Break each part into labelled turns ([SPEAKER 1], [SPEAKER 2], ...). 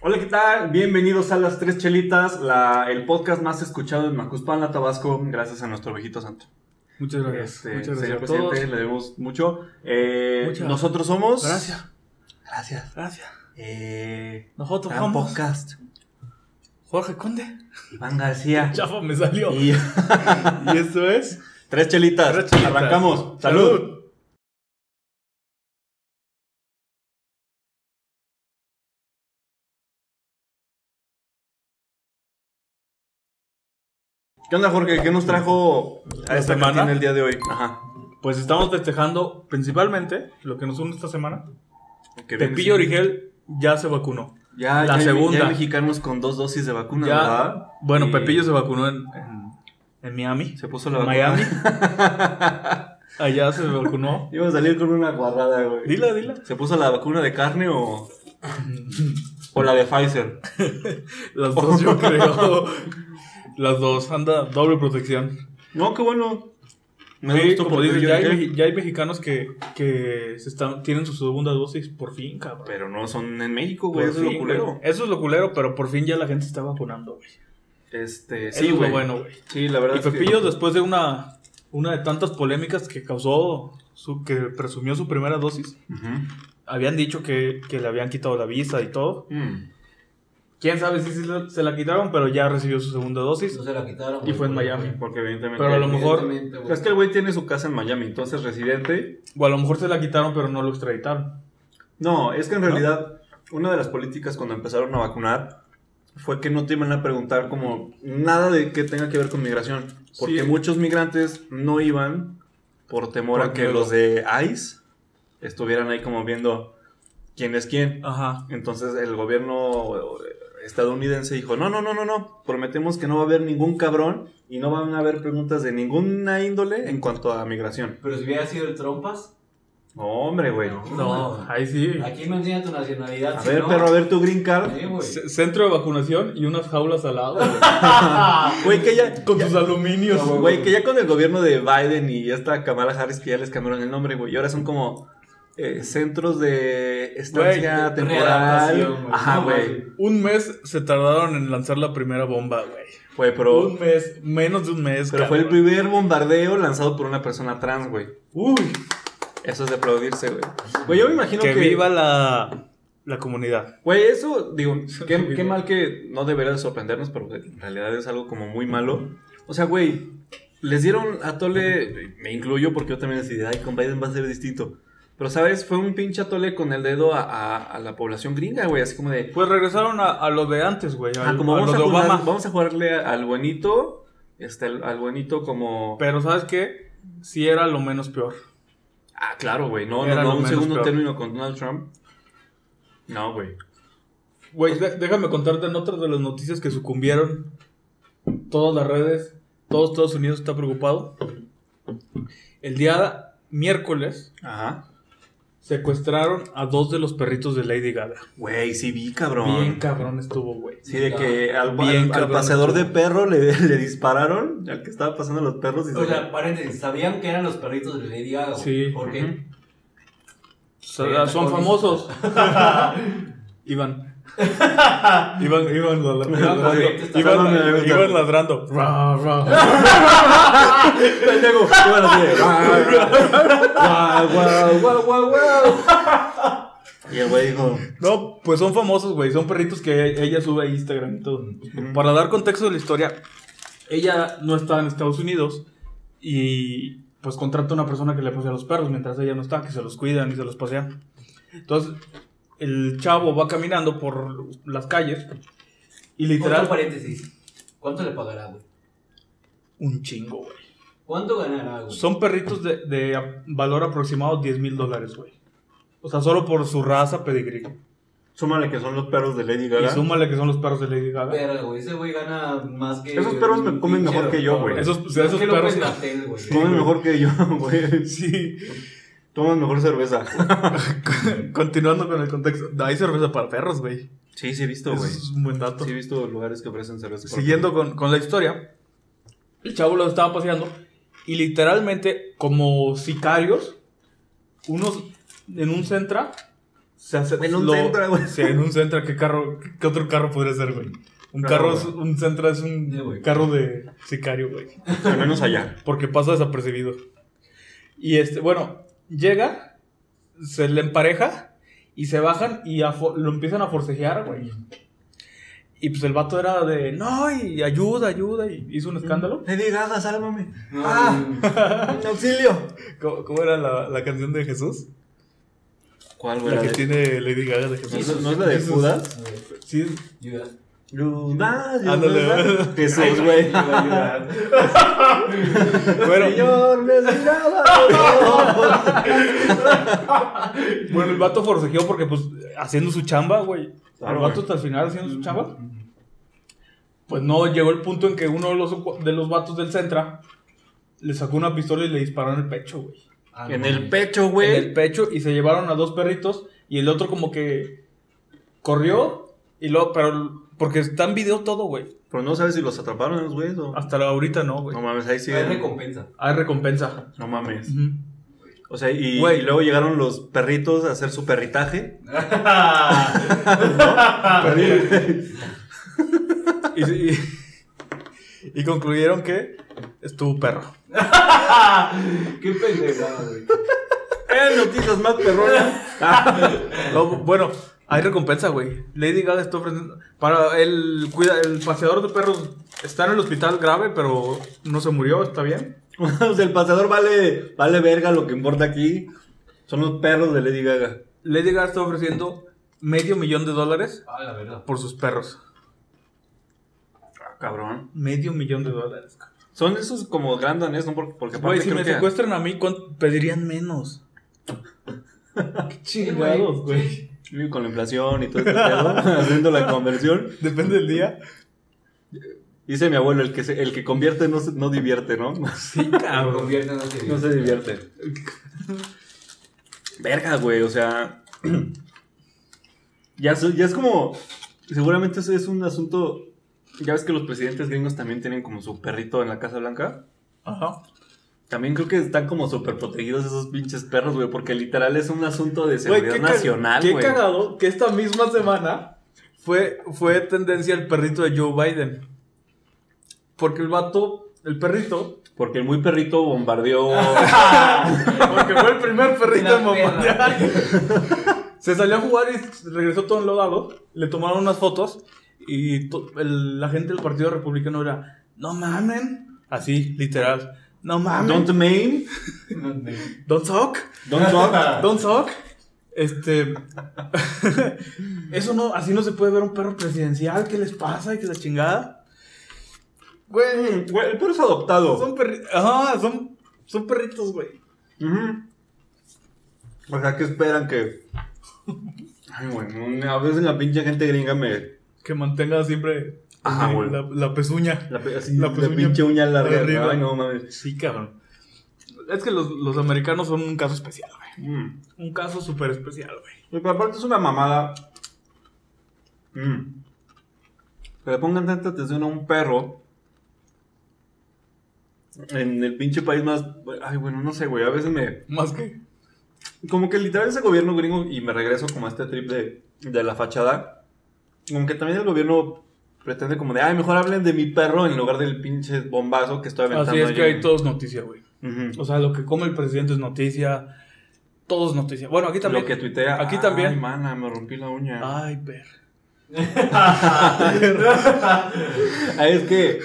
[SPEAKER 1] Hola, ¿qué tal? Bienvenidos a Las Tres Chelitas, la- el podcast más escuchado en Macuspana, Tabasco, gracias a nuestro viejito santo.
[SPEAKER 2] Muchas gracias.
[SPEAKER 1] Este,
[SPEAKER 2] Muchas
[SPEAKER 1] señor
[SPEAKER 2] gracias a
[SPEAKER 1] presidente,
[SPEAKER 2] todos.
[SPEAKER 1] le debemos mucho. Eh,
[SPEAKER 2] Muchas
[SPEAKER 1] nosotros somos...
[SPEAKER 2] Gracias.
[SPEAKER 1] Gracias.
[SPEAKER 2] Gracias.
[SPEAKER 1] Eh,
[SPEAKER 2] Nosotros
[SPEAKER 1] Gran
[SPEAKER 2] somos
[SPEAKER 1] Podcast,
[SPEAKER 2] Jorge Conde.
[SPEAKER 1] Iván García.
[SPEAKER 2] Chafa me salió.
[SPEAKER 1] Y,
[SPEAKER 2] Y esto es.
[SPEAKER 1] tres chelitas.
[SPEAKER 2] Tres chelitas.
[SPEAKER 1] Arrancamos. Salud.
[SPEAKER 2] Salud.
[SPEAKER 1] ¿Qué onda, Jorge? ¿Qué nos trajo a
[SPEAKER 2] La
[SPEAKER 1] esta
[SPEAKER 2] semana.
[SPEAKER 1] semana en el día de hoy? Ajá.
[SPEAKER 2] Pues estamos festejando principalmente lo que nos une esta semana.
[SPEAKER 1] Que viene
[SPEAKER 2] Pepillo
[SPEAKER 1] siendo-
[SPEAKER 2] Origel ya se vacunó.
[SPEAKER 1] Ya,
[SPEAKER 2] La
[SPEAKER 1] ya hay-
[SPEAKER 2] segunda.
[SPEAKER 1] ya hay mexicanos con dos dosis de vacuna, ¿verdad?
[SPEAKER 2] Ya, bueno,
[SPEAKER 1] Y
[SPEAKER 2] Pepillo se vacunó en, en, en Miami.
[SPEAKER 1] se puso la
[SPEAKER 2] En
[SPEAKER 1] vacuna.
[SPEAKER 2] Miami. Allá se vacunó.
[SPEAKER 1] Iba a salir con una guarrada, güey.
[SPEAKER 2] Dila, dila.
[SPEAKER 1] ¿Se puso la vacuna de carne o.? o la de Pfizer?
[SPEAKER 2] Las dos, yo creo. Las dos. Anda, doble protección.
[SPEAKER 1] No, qué bueno. Me
[SPEAKER 2] Sí,
[SPEAKER 1] gustó
[SPEAKER 2] como
[SPEAKER 1] por
[SPEAKER 2] dices,
[SPEAKER 1] Pepillo
[SPEAKER 2] ya hay,
[SPEAKER 1] Origel,
[SPEAKER 2] meji- ya hay mexicanos que, que se están, tienen su segunda dosis por fin, cabrón.
[SPEAKER 1] Pero no son en México,
[SPEAKER 2] Por
[SPEAKER 1] güey. Eso es
[SPEAKER 2] fin,
[SPEAKER 1] lo culero.
[SPEAKER 2] Pues güey. Eso es lo culero, pero por fin ya la gente se está vacunando, güey.
[SPEAKER 1] Este,
[SPEAKER 2] Eso
[SPEAKER 1] sí,
[SPEAKER 2] es lo
[SPEAKER 1] güey.
[SPEAKER 2] bueno, güey.
[SPEAKER 1] Sí, la verdad.
[SPEAKER 2] Y
[SPEAKER 1] es que-
[SPEAKER 2] Pepillo, después de una, una de tantas polémicas que causó, su, que presumió su primera dosis,
[SPEAKER 1] Ujú.
[SPEAKER 2] habían dicho que, que le habían quitado la visa y todo.
[SPEAKER 1] Mm.
[SPEAKER 2] Quién sabe si se la, se la quitaron, pero ya recibió su segunda dosis.
[SPEAKER 3] No se la quitaron.
[SPEAKER 2] Y fue en
[SPEAKER 3] güey,
[SPEAKER 2] Miami.
[SPEAKER 1] Porque evidentemente.
[SPEAKER 2] Pero a lo mejor,
[SPEAKER 3] Evidentemente, güey.
[SPEAKER 1] Es que el güey tiene su casa en Miami, entonces residente.
[SPEAKER 2] o a lo mejor se la quitaron, pero no lo extraditaron.
[SPEAKER 1] No, es que en
[SPEAKER 2] ¿No?
[SPEAKER 1] realidad, una de las políticas cuando empezaron a vacunar fue que no te iban a preguntar como nada de que tenga que ver con migración. Porque
[SPEAKER 2] Sí.
[SPEAKER 1] muchos migrantes no iban por temor
[SPEAKER 2] Por
[SPEAKER 1] a que
[SPEAKER 2] miedo.
[SPEAKER 1] los de ICE estuvieran ahí como viendo quién es quién.
[SPEAKER 2] Ajá.
[SPEAKER 1] Entonces el gobierno eh, estadounidense dijo, no, no, no, no, no, prometemos que no va a haber ningún cabrón y no van a haber preguntas de ninguna índole en cuanto a migración.
[SPEAKER 3] Pero si hubiera sido el Trompas.
[SPEAKER 1] No, hombre, güey.
[SPEAKER 2] No, ahí sí.
[SPEAKER 3] Aquí no enseña tu nacionalidad.
[SPEAKER 1] A
[SPEAKER 3] si
[SPEAKER 1] ver,
[SPEAKER 3] no,
[SPEAKER 1] perro, a ver tu green card.
[SPEAKER 3] sí, güey.
[SPEAKER 2] C- Centro de vacunación y unas jaulas al lado. güey.
[SPEAKER 1] Güey, que ya...
[SPEAKER 2] Con sus aluminios.
[SPEAKER 3] No,
[SPEAKER 1] Güey, que ya con el gobierno de Biden y esta Kamala Harris que ya les cambiaron el nombre, güey. Y ahora son como eh, centros de estancia
[SPEAKER 2] Güey,
[SPEAKER 1] temporal.
[SPEAKER 3] readaptación, güey.
[SPEAKER 1] Ajá,
[SPEAKER 3] No,
[SPEAKER 1] güey.
[SPEAKER 2] Un mes se tardaron en lanzar la primera bomba, güey.
[SPEAKER 1] Güey, pero,
[SPEAKER 2] un mes, menos de un mes.
[SPEAKER 1] pero fue el
[SPEAKER 2] cabrón.
[SPEAKER 1] primer bombardeo lanzado por una persona trans, güey.
[SPEAKER 2] Uy,
[SPEAKER 1] Eso es de aplaudirse, güey. Güey, yo me imagino
[SPEAKER 2] que
[SPEAKER 1] que...
[SPEAKER 2] viva la, la comunidad.
[SPEAKER 1] Güey, eso, digo, qué,
[SPEAKER 2] Sí,
[SPEAKER 1] qué
[SPEAKER 2] güey.
[SPEAKER 1] mal que no debería de sorprendernos, pero en realidad es algo como muy malo. O sea, güey, les dieron a Tole, me incluyo porque yo también decidí, ay, con Biden va a ser distinto. Pero, ¿sabes? Fue un pinche Atole con el dedo a, a- a la población gringa, güey, así como de,
[SPEAKER 2] Pues regresaron a, a lo de antes, güey.
[SPEAKER 1] ah,
[SPEAKER 2] al-
[SPEAKER 1] como
[SPEAKER 2] a
[SPEAKER 1] vamos
[SPEAKER 2] lo
[SPEAKER 1] a,
[SPEAKER 2] de
[SPEAKER 1] jugar-
[SPEAKER 2] Obama.
[SPEAKER 1] vamos a jugarle a- al buenito, este, al, al buenito como...
[SPEAKER 2] Pero ¿sabes qué? Sí era lo menos peor.
[SPEAKER 1] Ah, claro, güey, no, no,
[SPEAKER 2] Era
[SPEAKER 1] no,
[SPEAKER 2] lo
[SPEAKER 1] un
[SPEAKER 2] menos
[SPEAKER 1] segundo
[SPEAKER 2] peor.
[SPEAKER 1] término con Donald Trump. No, güey.
[SPEAKER 2] Güey, dé- déjame contarte en otras de las noticias que sucumbieron. Todas las redes, todos Estados Unidos está preocupado. El día miércoles
[SPEAKER 1] Ajá.
[SPEAKER 2] secuestraron a dos de los perritos de Lady Gaga.
[SPEAKER 1] Güey, sí vi, cabrón.
[SPEAKER 2] Bien cabrón estuvo, güey.
[SPEAKER 1] Sí, de que al,
[SPEAKER 2] Bien,
[SPEAKER 1] al- al
[SPEAKER 2] cabrón,
[SPEAKER 1] paseador de
[SPEAKER 2] estuvo.
[SPEAKER 1] perro le, le dispararon, al que estaba pasando los perros y
[SPEAKER 3] O
[SPEAKER 1] se-
[SPEAKER 3] sea, paréntesis, sabían que eran los perritos de Lady Gaga. güey?
[SPEAKER 2] Sí.
[SPEAKER 3] ¿Por qué?
[SPEAKER 2] So- son famosos. Iban. Iban, iban, la- la-
[SPEAKER 1] Iban
[SPEAKER 2] ladrando.
[SPEAKER 3] corrientes,
[SPEAKER 2] Iban-
[SPEAKER 1] estaban-
[SPEAKER 2] iban ladrando. Ra, ra.
[SPEAKER 1] Pendejo, iban así de, "Guau, guau, guau, guau, guau". Y el güey dijo,
[SPEAKER 2] No, pues son famosos, güey. Son perritos que ella sube a Instagram y todo. Para dar contexto de la historia, ella no estaba en Estados Unidos y pues contrata a una persona que le pasea los perros mientras ella no está, que se los cuidan y se los pasean. Entonces, el chavo va caminando por las calles y
[SPEAKER 3] Otro
[SPEAKER 2] literal...
[SPEAKER 3] paréntesis. ¿Cuánto le pagará, güey?
[SPEAKER 2] Un chingo, güey.
[SPEAKER 3] ¿Cuánto ganará, güey?
[SPEAKER 2] Son perritos de, de a- valor aproximado 10 mil dólares, güey. O sea, solo por su raza pedigrí.
[SPEAKER 1] súmale que son los perros de Lady
[SPEAKER 2] Y
[SPEAKER 1] Gaga.
[SPEAKER 2] súmale que son los perros de Lady Gaga.
[SPEAKER 3] Verga, güey. Ese güey gana más que.
[SPEAKER 1] Esos perros me comen mejor que yo, güey.
[SPEAKER 2] Esos,
[SPEAKER 3] Esos,
[SPEAKER 2] esos perros...
[SPEAKER 3] güey.
[SPEAKER 1] Comen mejor que yo, güey.
[SPEAKER 2] Sí.
[SPEAKER 1] Toman mejor cerveza.
[SPEAKER 2] Continuando con el contexto. Hay cerveza para perros, güey.
[SPEAKER 1] Sí, sí he visto,
[SPEAKER 2] Eso
[SPEAKER 1] güey.
[SPEAKER 2] es un buen dato.
[SPEAKER 1] Sí he visto lugares que ofrecen cerveza.
[SPEAKER 2] Siguiendo con, con la historia, el chavo lo estaba paseando y literalmente, como sicarios, unos en un centra se hace-
[SPEAKER 1] En un
[SPEAKER 2] lo-
[SPEAKER 1] Sentra, güey.
[SPEAKER 2] Sí, en un Sentra. ¿Qué, carro, qué otro carro podría ser, güey? Un
[SPEAKER 1] No,
[SPEAKER 2] carro,
[SPEAKER 1] güey.
[SPEAKER 2] es- un Sentra es un
[SPEAKER 3] Sí, güey.
[SPEAKER 2] carro de sicario, güey.
[SPEAKER 1] Al menos allá.
[SPEAKER 2] Porque pasa desapercibido. Y este, bueno, llega, se le empareja y se bajan y a fo- lo empiezan a forcejear, güey. Y pues el vato era de, no, y ayuda, ayuda, y hizo un escándalo.
[SPEAKER 1] Le digas, sálvame.
[SPEAKER 3] No,
[SPEAKER 1] ¡Ah!
[SPEAKER 3] no, no.
[SPEAKER 1] ¡Auxilio!
[SPEAKER 2] ¿Cómo, cómo era la, la canción de Jesús?
[SPEAKER 1] ¿Cuál, güey?
[SPEAKER 2] La que
[SPEAKER 1] ¿La de-
[SPEAKER 2] tiene Lady Gaga de Jesús.
[SPEAKER 1] ¿No es- no es la de
[SPEAKER 2] Jesús.
[SPEAKER 1] Judas?
[SPEAKER 3] A ver,
[SPEAKER 2] Sí,
[SPEAKER 3] ayuda.
[SPEAKER 1] Judas, Ah,
[SPEAKER 2] Ándale,
[SPEAKER 1] Judas.
[SPEAKER 2] güey.
[SPEAKER 1] Jesús, güey.
[SPEAKER 3] Ayuda, ayuda.
[SPEAKER 2] bueno,
[SPEAKER 1] Señor, necesitaba.
[SPEAKER 2] bueno, el vato forcejeó porque, pues, haciendo su chamba, güey.
[SPEAKER 1] Claro,
[SPEAKER 2] el vato
[SPEAKER 1] güey.
[SPEAKER 2] hasta el final haciendo su chamba. Pues no, llegó el punto en que uno de los, de los vatos del Centra le sacó una pistola y le disparó en el pecho, güey.
[SPEAKER 3] Ah, no,
[SPEAKER 1] En el
[SPEAKER 3] güey.
[SPEAKER 1] pecho,
[SPEAKER 2] En el
[SPEAKER 1] güey.
[SPEAKER 2] pecho y se llevaron a dos perritos y el otro como que corrió y luego, pero porque está en video todo, güey.
[SPEAKER 1] Pero no sabes si los atraparon los güeyes o.
[SPEAKER 2] Hasta la ahorita no, güey.
[SPEAKER 1] No mames, ahí
[SPEAKER 3] Sí,
[SPEAKER 1] sí. ¿eh?
[SPEAKER 3] hay recompensa.
[SPEAKER 2] Hay recompensa.
[SPEAKER 1] No mames.
[SPEAKER 2] Ujú.
[SPEAKER 1] O sea, y,
[SPEAKER 2] Güey.
[SPEAKER 1] y luego llegaron los perritos a hacer su perritaje.
[SPEAKER 2] Y, y- y concluyeron que estuvo perro.
[SPEAKER 3] Qué pendejada, güey.
[SPEAKER 1] ¡Eh, noticias más perronas!
[SPEAKER 2] No, bueno, hay recompensa, güey. Lady Gaga está ofreciendo para el cuida el paseador de perros está en el hospital grave, pero no se murió, está bien.
[SPEAKER 1] o sea, el pasador vale, vale verga lo que importa aquí. Son los perros de Lady Gaga.
[SPEAKER 2] Lady Gaga está ofreciendo medio millón de dólares
[SPEAKER 3] Ah, la verdad.
[SPEAKER 2] por sus perros.
[SPEAKER 1] Ah, cabrón.
[SPEAKER 2] Medio millón de dólares. cabrón.
[SPEAKER 1] Son esos como grandones, ¿no? Porque, porque aparte
[SPEAKER 2] Güey, si
[SPEAKER 1] creo
[SPEAKER 2] me
[SPEAKER 1] que-
[SPEAKER 2] secuestran a mí, ¿cuánto pedirían menos? Qué
[SPEAKER 3] chingados,
[SPEAKER 2] güey.
[SPEAKER 1] y Con la inflación y todo este pedo, haciendo la conversión.
[SPEAKER 2] Depende del día.
[SPEAKER 1] Dice mi abuelo, el que, se- el que convierte no, se- no divierte, ¿no?
[SPEAKER 2] Sí,
[SPEAKER 3] Lo
[SPEAKER 2] cabrón.
[SPEAKER 3] convierten en
[SPEAKER 1] Ah, No se divierte. Verga, güey, o sea. Ya, es- ya es como. Seguramente ese es un asunto. Ya ves que los presidentes gringos también tienen como su perrito en la Casa Blanca.
[SPEAKER 2] Ajá.
[SPEAKER 1] También creo que están como súper protegidos esos pinches perros, güey, porque literal es un asunto de
[SPEAKER 2] Güey,
[SPEAKER 1] seguridad
[SPEAKER 2] qué, ca-
[SPEAKER 1] nacional,
[SPEAKER 2] qué
[SPEAKER 1] güey.
[SPEAKER 2] cagado que esta misma semana fue, fue tendencia el perrito de Joe Biden. Porque el vato, el perrito,
[SPEAKER 1] Porque el muy perrito bombardeó.
[SPEAKER 2] porque fue el primer perrito en bombardear, se salió a jugar y regresó todo enlodado. Le tomaron unas fotos y to- el- la gente del Partido Republicano era, no mamen. Así, literal. No mamen.
[SPEAKER 1] Don't maim,
[SPEAKER 2] Don't suck.
[SPEAKER 1] don't talk.
[SPEAKER 2] Don't suck. Este. Eso no, así no se puede ver un perro presidencial. ¿Qué les pasa? Y que la chingada.
[SPEAKER 1] Güey, güey, el perro es adoptado.
[SPEAKER 2] Son perritos. Ajá, son, son perritos, güey.
[SPEAKER 1] Ujú. O sea, que esperan que. Ay, güey, no, a veces la pinche gente gringa me.
[SPEAKER 2] Que mantenga siempre
[SPEAKER 1] Ajá,
[SPEAKER 2] eh,
[SPEAKER 1] güey.
[SPEAKER 2] la, la pezuña.
[SPEAKER 1] La, pe- así,
[SPEAKER 2] La
[SPEAKER 1] la,
[SPEAKER 2] pezuña
[SPEAKER 1] pinche uña larga.
[SPEAKER 2] arriba.
[SPEAKER 1] Ay, no mames.
[SPEAKER 2] Sí, cabrón. Es que los, los americanos son un caso especial, güey.
[SPEAKER 1] Mm.
[SPEAKER 2] Un caso súper especial, güey.
[SPEAKER 1] Y pero aparte es una mamada. Mm. Que le pongan tanta atención a un perro. En el pinche país más. Ay, bueno, no sé, güey. A veces me.
[SPEAKER 2] Más que.
[SPEAKER 1] como que literal ese gobierno gringo, y me regreso como a este trip de, de la fachada, como que también el gobierno pretende como de, ay, mejor hablen de mi perro en lugar del pinche bombazo que estoy aventando.
[SPEAKER 2] Así es que
[SPEAKER 1] ahí".
[SPEAKER 2] hay todos noticia, güey.
[SPEAKER 1] Ujú.
[SPEAKER 2] O sea, lo que come el presidente es noticia. Todo es noticia. Bueno, aquí también.
[SPEAKER 1] Lo que tuitea.
[SPEAKER 2] Aquí también.
[SPEAKER 1] Ay, mana, me rompí la uña.
[SPEAKER 2] Ay, perro.
[SPEAKER 1] Ah, es que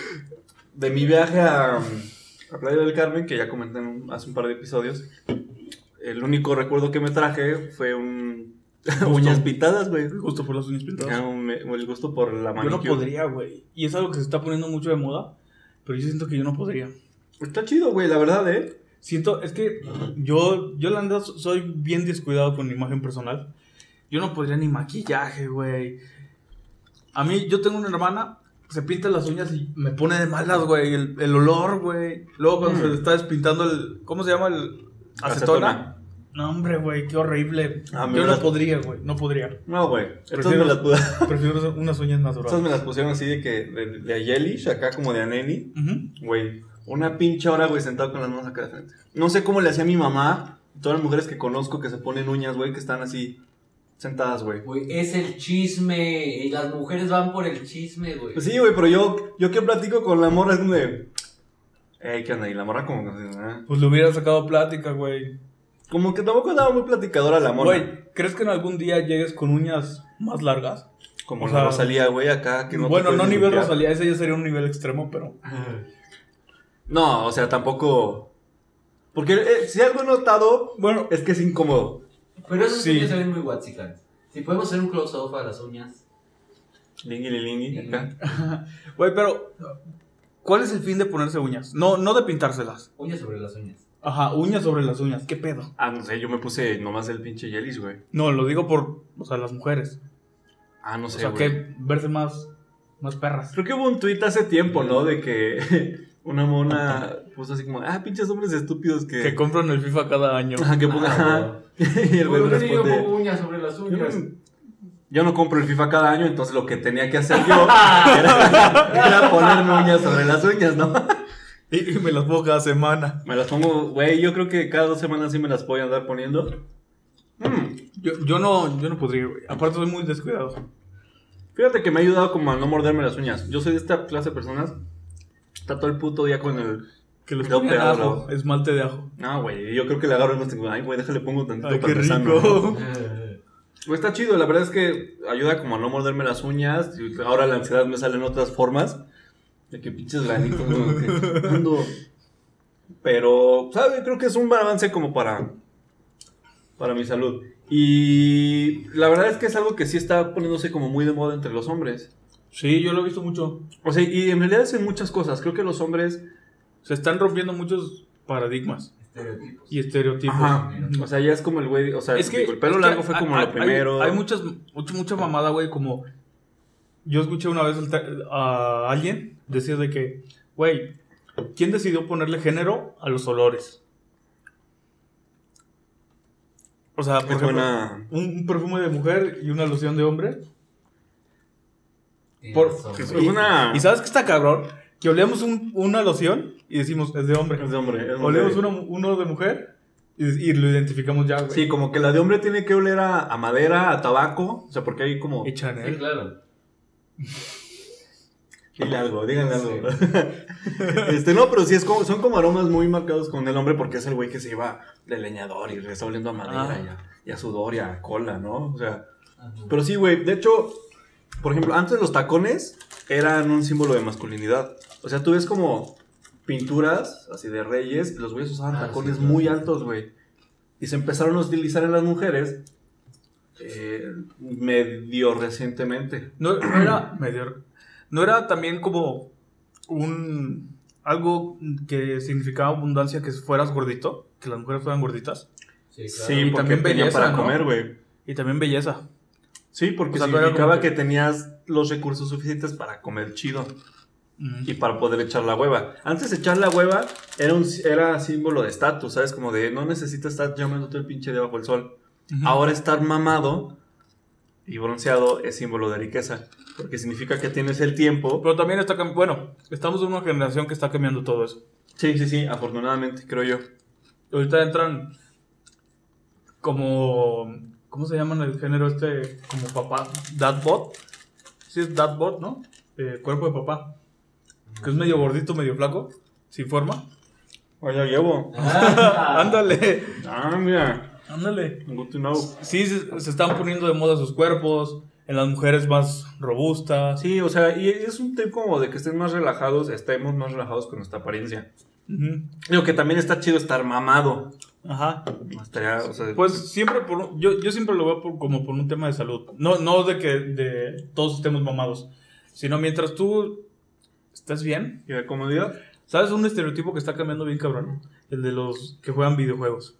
[SPEAKER 1] de mi viaje a, a Playa del Carmen, que ya comenté en un- hace un par de episodios, el único recuerdo que me traje fue un... uñas pitadas, güey.
[SPEAKER 2] Justo por las uñas pintadas.
[SPEAKER 1] Era un- el gusto por la
[SPEAKER 2] Yo no
[SPEAKER 1] manicure.
[SPEAKER 2] podría, güey. Y es algo que se está poniendo mucho de moda, pero yo siento que yo no podría.
[SPEAKER 1] Está chido, güey, la verdad, ¿eh?
[SPEAKER 2] Siento, es que yo, yo la neta so- soy bien descuidado con mi imagen personal. Yo no podría ni maquillaje, güey. A mí, yo tengo una hermana, se pinta las uñas y me pone de malas, güey. El, el olor, güey. Luego cuando
[SPEAKER 1] Mm.
[SPEAKER 2] se le está despintando el, ¿cómo se llama? El acetona. No, hombre, güey, qué horrible.
[SPEAKER 1] Ah, me
[SPEAKER 2] yo no
[SPEAKER 1] las-
[SPEAKER 2] podría, güey, no podría.
[SPEAKER 1] No, güey. Estas
[SPEAKER 2] Prefiero-
[SPEAKER 1] me, las, pu-
[SPEAKER 2] Prefiero unas uñas
[SPEAKER 1] estas
[SPEAKER 2] naturales.
[SPEAKER 1] me las pusieron así de que. De, de a Yelish, acá como de Aneni.
[SPEAKER 2] Ujú.
[SPEAKER 1] Güey. Una pinche hora, güey, sentado con las manos acá de frente. No sé cómo le hacía mi mamá. Todas las mujeres que conozco que se ponen uñas, güey, que están así. sentadas, güey.
[SPEAKER 4] Güey, es el chisme. Y las mujeres van por el chisme, güey.
[SPEAKER 1] Pues sí, güey, pero yo, yo que platico con la morra es como de. Ey, ¿qué onda? Y la morra como que. ah.
[SPEAKER 2] Pues le hubiera sacado plática, güey.
[SPEAKER 1] Como que tampoco andaba muy platicadora la morra.
[SPEAKER 2] Güey, ¿crees que en algún día llegues con uñas más largas?
[SPEAKER 1] Como
[SPEAKER 2] o
[SPEAKER 1] la
[SPEAKER 2] sea,
[SPEAKER 1] Rosalía, güey, acá. Que no te
[SPEAKER 2] bueno,
[SPEAKER 1] puedes
[SPEAKER 2] no nivel
[SPEAKER 1] limpiar.
[SPEAKER 2] Rosalía, ese ya sería un nivel extremo, pero.
[SPEAKER 1] No, o sea, tampoco. Porque eh, si algo he notado
[SPEAKER 2] Bueno,
[SPEAKER 1] es que es incómodo.
[SPEAKER 4] Pero esos
[SPEAKER 2] Sí.
[SPEAKER 4] niños se ven muy guachicanes. Si podemos hacer un close-up a las uñas.
[SPEAKER 1] Lingui, lingui,
[SPEAKER 4] Lingui.
[SPEAKER 1] acá.
[SPEAKER 2] güey, pero. ¿Cuál es el fin de ponerse uñas? No, no de pintárselas.
[SPEAKER 4] Uñas sobre las uñas.
[SPEAKER 2] Ajá, uñas sobre las uñas. ¿Qué pedo?
[SPEAKER 1] Ah, no sé, yo me puse nomás el pinche Yelis, güey.
[SPEAKER 2] No, lo digo por. O sea, las mujeres.
[SPEAKER 1] Ah, no
[SPEAKER 2] O
[SPEAKER 1] sé,
[SPEAKER 2] sea,
[SPEAKER 1] güey.
[SPEAKER 2] que verse más. Más perras.
[SPEAKER 1] Creo que hubo un tuit hace tiempo, ¿no? De que una mona puso así como, ah, pinches hombres estúpidos que.
[SPEAKER 2] Que compran el FIFA cada año.
[SPEAKER 1] Ajá, que ponga.
[SPEAKER 4] Ah,
[SPEAKER 1] y el güey
[SPEAKER 3] Bueno, yo
[SPEAKER 1] responde.
[SPEAKER 3] pongo uñas sobre las
[SPEAKER 1] Yo
[SPEAKER 3] uñas.
[SPEAKER 4] Eh,
[SPEAKER 1] no- Yo no compro el FIFA cada año, entonces lo que tenía que hacer yo era, era ponerme uñas sobre las uñas, ¿no?
[SPEAKER 2] Y, y me las pongo cada semana.
[SPEAKER 1] Me las pongo, güey, yo creo que cada dos semanas sí me las voy a andar poniendo. Mm,
[SPEAKER 2] Yo, yo no, yo no podría, güey. Aparte soy muy descuidado.
[SPEAKER 1] Fíjate que me ha ayudado como a no morderme las uñas. Yo soy de esta clase de personas. Está todo el puto día con el...
[SPEAKER 2] Que les
[SPEAKER 1] No,
[SPEAKER 2] pongan
[SPEAKER 1] pero
[SPEAKER 2] ajo,
[SPEAKER 1] no.
[SPEAKER 2] esmalte de ajo.
[SPEAKER 1] No, güey, yo creo que le agarro y no tengo... Ay, güey, déjale pongo tantito
[SPEAKER 2] Ay,
[SPEAKER 1] para
[SPEAKER 2] qué
[SPEAKER 1] empezar, ¿no?
[SPEAKER 2] rico.
[SPEAKER 1] Güey, Pues Está chido, la verdad es que ayuda como a no morderme las uñas. y Ahora la ansiedad me sale en otras formas. De que pinches granitos, como que ando. Pero, ¿sabes? Creo que es un avance como para, para mi salud. Y la verdad es que es algo que sí está poniéndose como muy de moda entre los hombres.
[SPEAKER 2] Sí, yo lo he visto mucho.
[SPEAKER 1] O sea, y en realidad es en muchas cosas. Creo que los hombres,
[SPEAKER 2] Se están rompiendo muchos paradigmas
[SPEAKER 4] Estereotipos.
[SPEAKER 2] y estereotipos.
[SPEAKER 1] Ajá. o sea, ya es como el güey, o sea,
[SPEAKER 2] pues, es que
[SPEAKER 1] digo, el pelo
[SPEAKER 2] es que
[SPEAKER 1] largo fue como
[SPEAKER 2] hay-
[SPEAKER 1] lo
[SPEAKER 2] hay-
[SPEAKER 1] primero.
[SPEAKER 2] Hay, muchas, mucha, mucha mamada, güey, como... Yo escuché una vez al ta- a alguien decir de que, güey, ¿quién decidió ponerle género a los olores? O sea, por
[SPEAKER 1] Es
[SPEAKER 2] ejemplo,
[SPEAKER 1] buena-
[SPEAKER 2] un, un perfume de mujer y una loción de hombre.
[SPEAKER 4] Tienes
[SPEAKER 2] Por-
[SPEAKER 4] razón,
[SPEAKER 1] es
[SPEAKER 4] güey.
[SPEAKER 1] una-
[SPEAKER 2] ¿Y sabes qué está cabrón? Que olemos un- una loción y decimos, es de hombre.
[SPEAKER 1] Es de hombre. es de hombre.
[SPEAKER 2] Olemos uno, uno de mujer y, y lo identificamos ya, güey.
[SPEAKER 1] Sí, como que la de hombre tiene que oler a, a madera, a tabaco, o sea, porque hay como...
[SPEAKER 2] Y
[SPEAKER 4] Sí,
[SPEAKER 2] Chanel.
[SPEAKER 4] claro.
[SPEAKER 1] Dile algo, díganle algo. este, no, pero sí, es como, son como aromas muy marcados con el hombre porque es el güey que se iba de leñador y le está oliendo a madera
[SPEAKER 2] Ah.
[SPEAKER 1] y, a, y a sudor y a cola, ¿no? O sea, pero sí, güey, de hecho, por ejemplo, antes los tacones eran un símbolo de masculinidad. O sea, tú ves como pinturas así de reyes, y los güeyes usaban
[SPEAKER 4] Ah,
[SPEAKER 1] tacones
[SPEAKER 4] sí, claro.
[SPEAKER 1] muy altos, güey. Y se empezaron a utilizar en las mujeres eh, medio recientemente.
[SPEAKER 2] No, no era medio- No era también como un... Algo que significaba abundancia que fueras gordito, que las mujeres fueran gorditas.
[SPEAKER 4] Sí, claro.
[SPEAKER 1] Sí,
[SPEAKER 2] Y
[SPEAKER 1] porque
[SPEAKER 2] también
[SPEAKER 1] tenían
[SPEAKER 2] belleza,
[SPEAKER 1] para
[SPEAKER 2] ¿no?
[SPEAKER 1] comer, güey.
[SPEAKER 2] Y también belleza.
[SPEAKER 1] Sí, porque
[SPEAKER 2] O sea, tú era
[SPEAKER 1] significaba
[SPEAKER 2] como
[SPEAKER 1] que...
[SPEAKER 2] que-
[SPEAKER 1] tenías los recursos suficientes para comer chido
[SPEAKER 2] Mm.
[SPEAKER 1] y para poder echar la hueva. Antes echar la hueva era un era símbolo de estatus, ¿sabes? Como de no necesitas estar llamándote el pinche de bajo el sol.
[SPEAKER 2] Ujú.
[SPEAKER 1] Ahora estar mamado y bronceado es símbolo de riqueza, porque significa que tienes el tiempo.
[SPEAKER 2] Pero también está cambiando... Bueno, estamos en una generación que está cambiando todo eso.
[SPEAKER 1] Sí, sí, sí, afortunadamente, creo yo.
[SPEAKER 2] Ahorita entran como. ¿Cómo se llaman el género este? Como papá. Dadbot. Sí, es Dadbot, ¿no? Eh, cuerpo de papá. Que es medio gordito, medio flaco. Sin forma.
[SPEAKER 1] Oye, llevo.
[SPEAKER 4] Ah,
[SPEAKER 2] ándale,
[SPEAKER 1] Ah, mira.
[SPEAKER 2] ándale.
[SPEAKER 1] Good to know.
[SPEAKER 2] Sí, se, se están poniendo de moda sus cuerpos. En las mujeres más robustas.
[SPEAKER 1] Sí, o sea, y es un tip como de que estén más relajados, estemos más relajados con nuestra apariencia.
[SPEAKER 2] Ujú,
[SPEAKER 1] Digo que también está chido estar mamado.
[SPEAKER 2] Ajá.
[SPEAKER 1] Estaría, o sea,
[SPEAKER 2] Pues siempre por un- yo, yo siempre lo veo por- como por un tema de salud. No, no de que de todos estemos mamados. Sino mientras tú estás bien.
[SPEAKER 1] ¿Y de comodidad?
[SPEAKER 2] ¿Sabes un estereotipo que está cambiando bien cabrón? El de los que juegan videojuegos.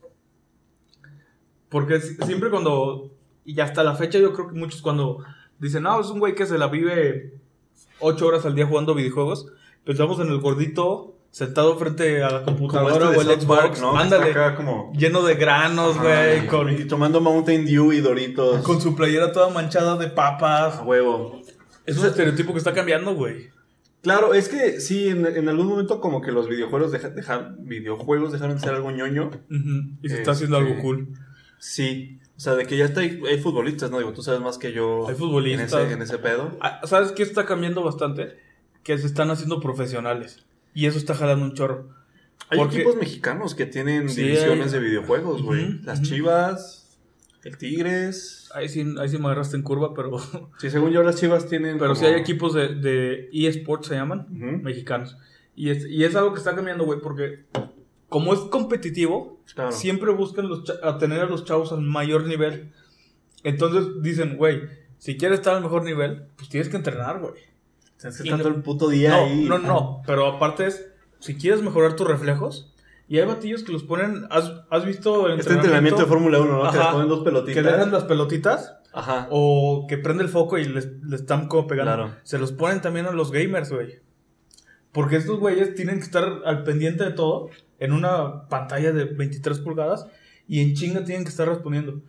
[SPEAKER 2] Porque si- siempre cuando... Y hasta la fecha yo creo que muchos cuando dicen, no, es un güey que se la vive 8 horas al día jugando videojuegos, pensamos en el gordito sentado frente a la computadora
[SPEAKER 1] este
[SPEAKER 2] o el Xbox,
[SPEAKER 1] ¿no?
[SPEAKER 2] ándale,
[SPEAKER 1] Está acá como...
[SPEAKER 2] lleno de granos, güey,
[SPEAKER 1] Ay,
[SPEAKER 2] con,
[SPEAKER 1] y tomando Mountain Dew y Doritos.
[SPEAKER 2] con su playera toda manchada de papas.
[SPEAKER 1] A huevo.
[SPEAKER 2] Es un estereotipo que está cambiando, güey.
[SPEAKER 1] Claro, es que sí, en, en algún momento como que los videojuegos, deja- deja- videojuegos dejaron de ser algo ñoño.
[SPEAKER 2] Ujú, Y se está haciendo
[SPEAKER 1] Este,
[SPEAKER 2] algo cool.
[SPEAKER 1] Sí. O sea, de que ya está, hay, hay futbolistas, ¿no? Digo, tú sabes más que yo
[SPEAKER 2] Hay
[SPEAKER 1] en
[SPEAKER 2] futbolistas.
[SPEAKER 1] ese, en ese pedo.
[SPEAKER 2] Ah, ¿Sabes qué está cambiando bastante? Que se están haciendo profesionales. Y eso está jalando un chorro.
[SPEAKER 1] Hay
[SPEAKER 2] Porque-
[SPEAKER 1] equipos mexicanos que tienen
[SPEAKER 2] Sí,
[SPEAKER 1] divisiones
[SPEAKER 2] hay-
[SPEAKER 1] de videojuegos, güey.
[SPEAKER 2] Ujú,
[SPEAKER 1] Las
[SPEAKER 2] ujú.
[SPEAKER 1] Chivas, el Tigres.
[SPEAKER 2] Ahí sí, ahí sí me agarraste en curva, pero,
[SPEAKER 1] Sí, según yo, las Chivas tienen.
[SPEAKER 2] pero
[SPEAKER 1] como-
[SPEAKER 2] sí hay equipos de, de eSports, se llaman,
[SPEAKER 1] Ujú,
[SPEAKER 2] mexicanos. Y es, y es algo que está cambiando, güey, porque como es competitivo,
[SPEAKER 1] claro.
[SPEAKER 2] siempre buscan los cha- a tener a los chavos al mayor nivel. Entonces dicen, güey, si quieres estar al mejor nivel, pues tienes que entrenar, güey.
[SPEAKER 1] Estás
[SPEAKER 2] y
[SPEAKER 1] estando
[SPEAKER 2] no-
[SPEAKER 1] el puto día
[SPEAKER 2] No,
[SPEAKER 1] ahí. ah.
[SPEAKER 2] no, no, pero aparte es, si quieres mejorar tus reflejos, y hay batillos que los ponen, ¿has, has visto el
[SPEAKER 1] Este entrenamiento de Fórmula 1, ¿no? Que
[SPEAKER 2] Ajá.
[SPEAKER 1] les ponen dos
[SPEAKER 2] que
[SPEAKER 1] pelotitas.
[SPEAKER 2] dejan las pelotitas
[SPEAKER 1] Ajá.
[SPEAKER 2] o que prende el foco y les, les están como pegando.
[SPEAKER 1] Claro.
[SPEAKER 2] Se los ponen también a los gamers, güey. Porque estos güeyes tienen que estar al pendiente de todo en una pantalla de 23 pulgadas y en chinga tienen que estar respondiendo.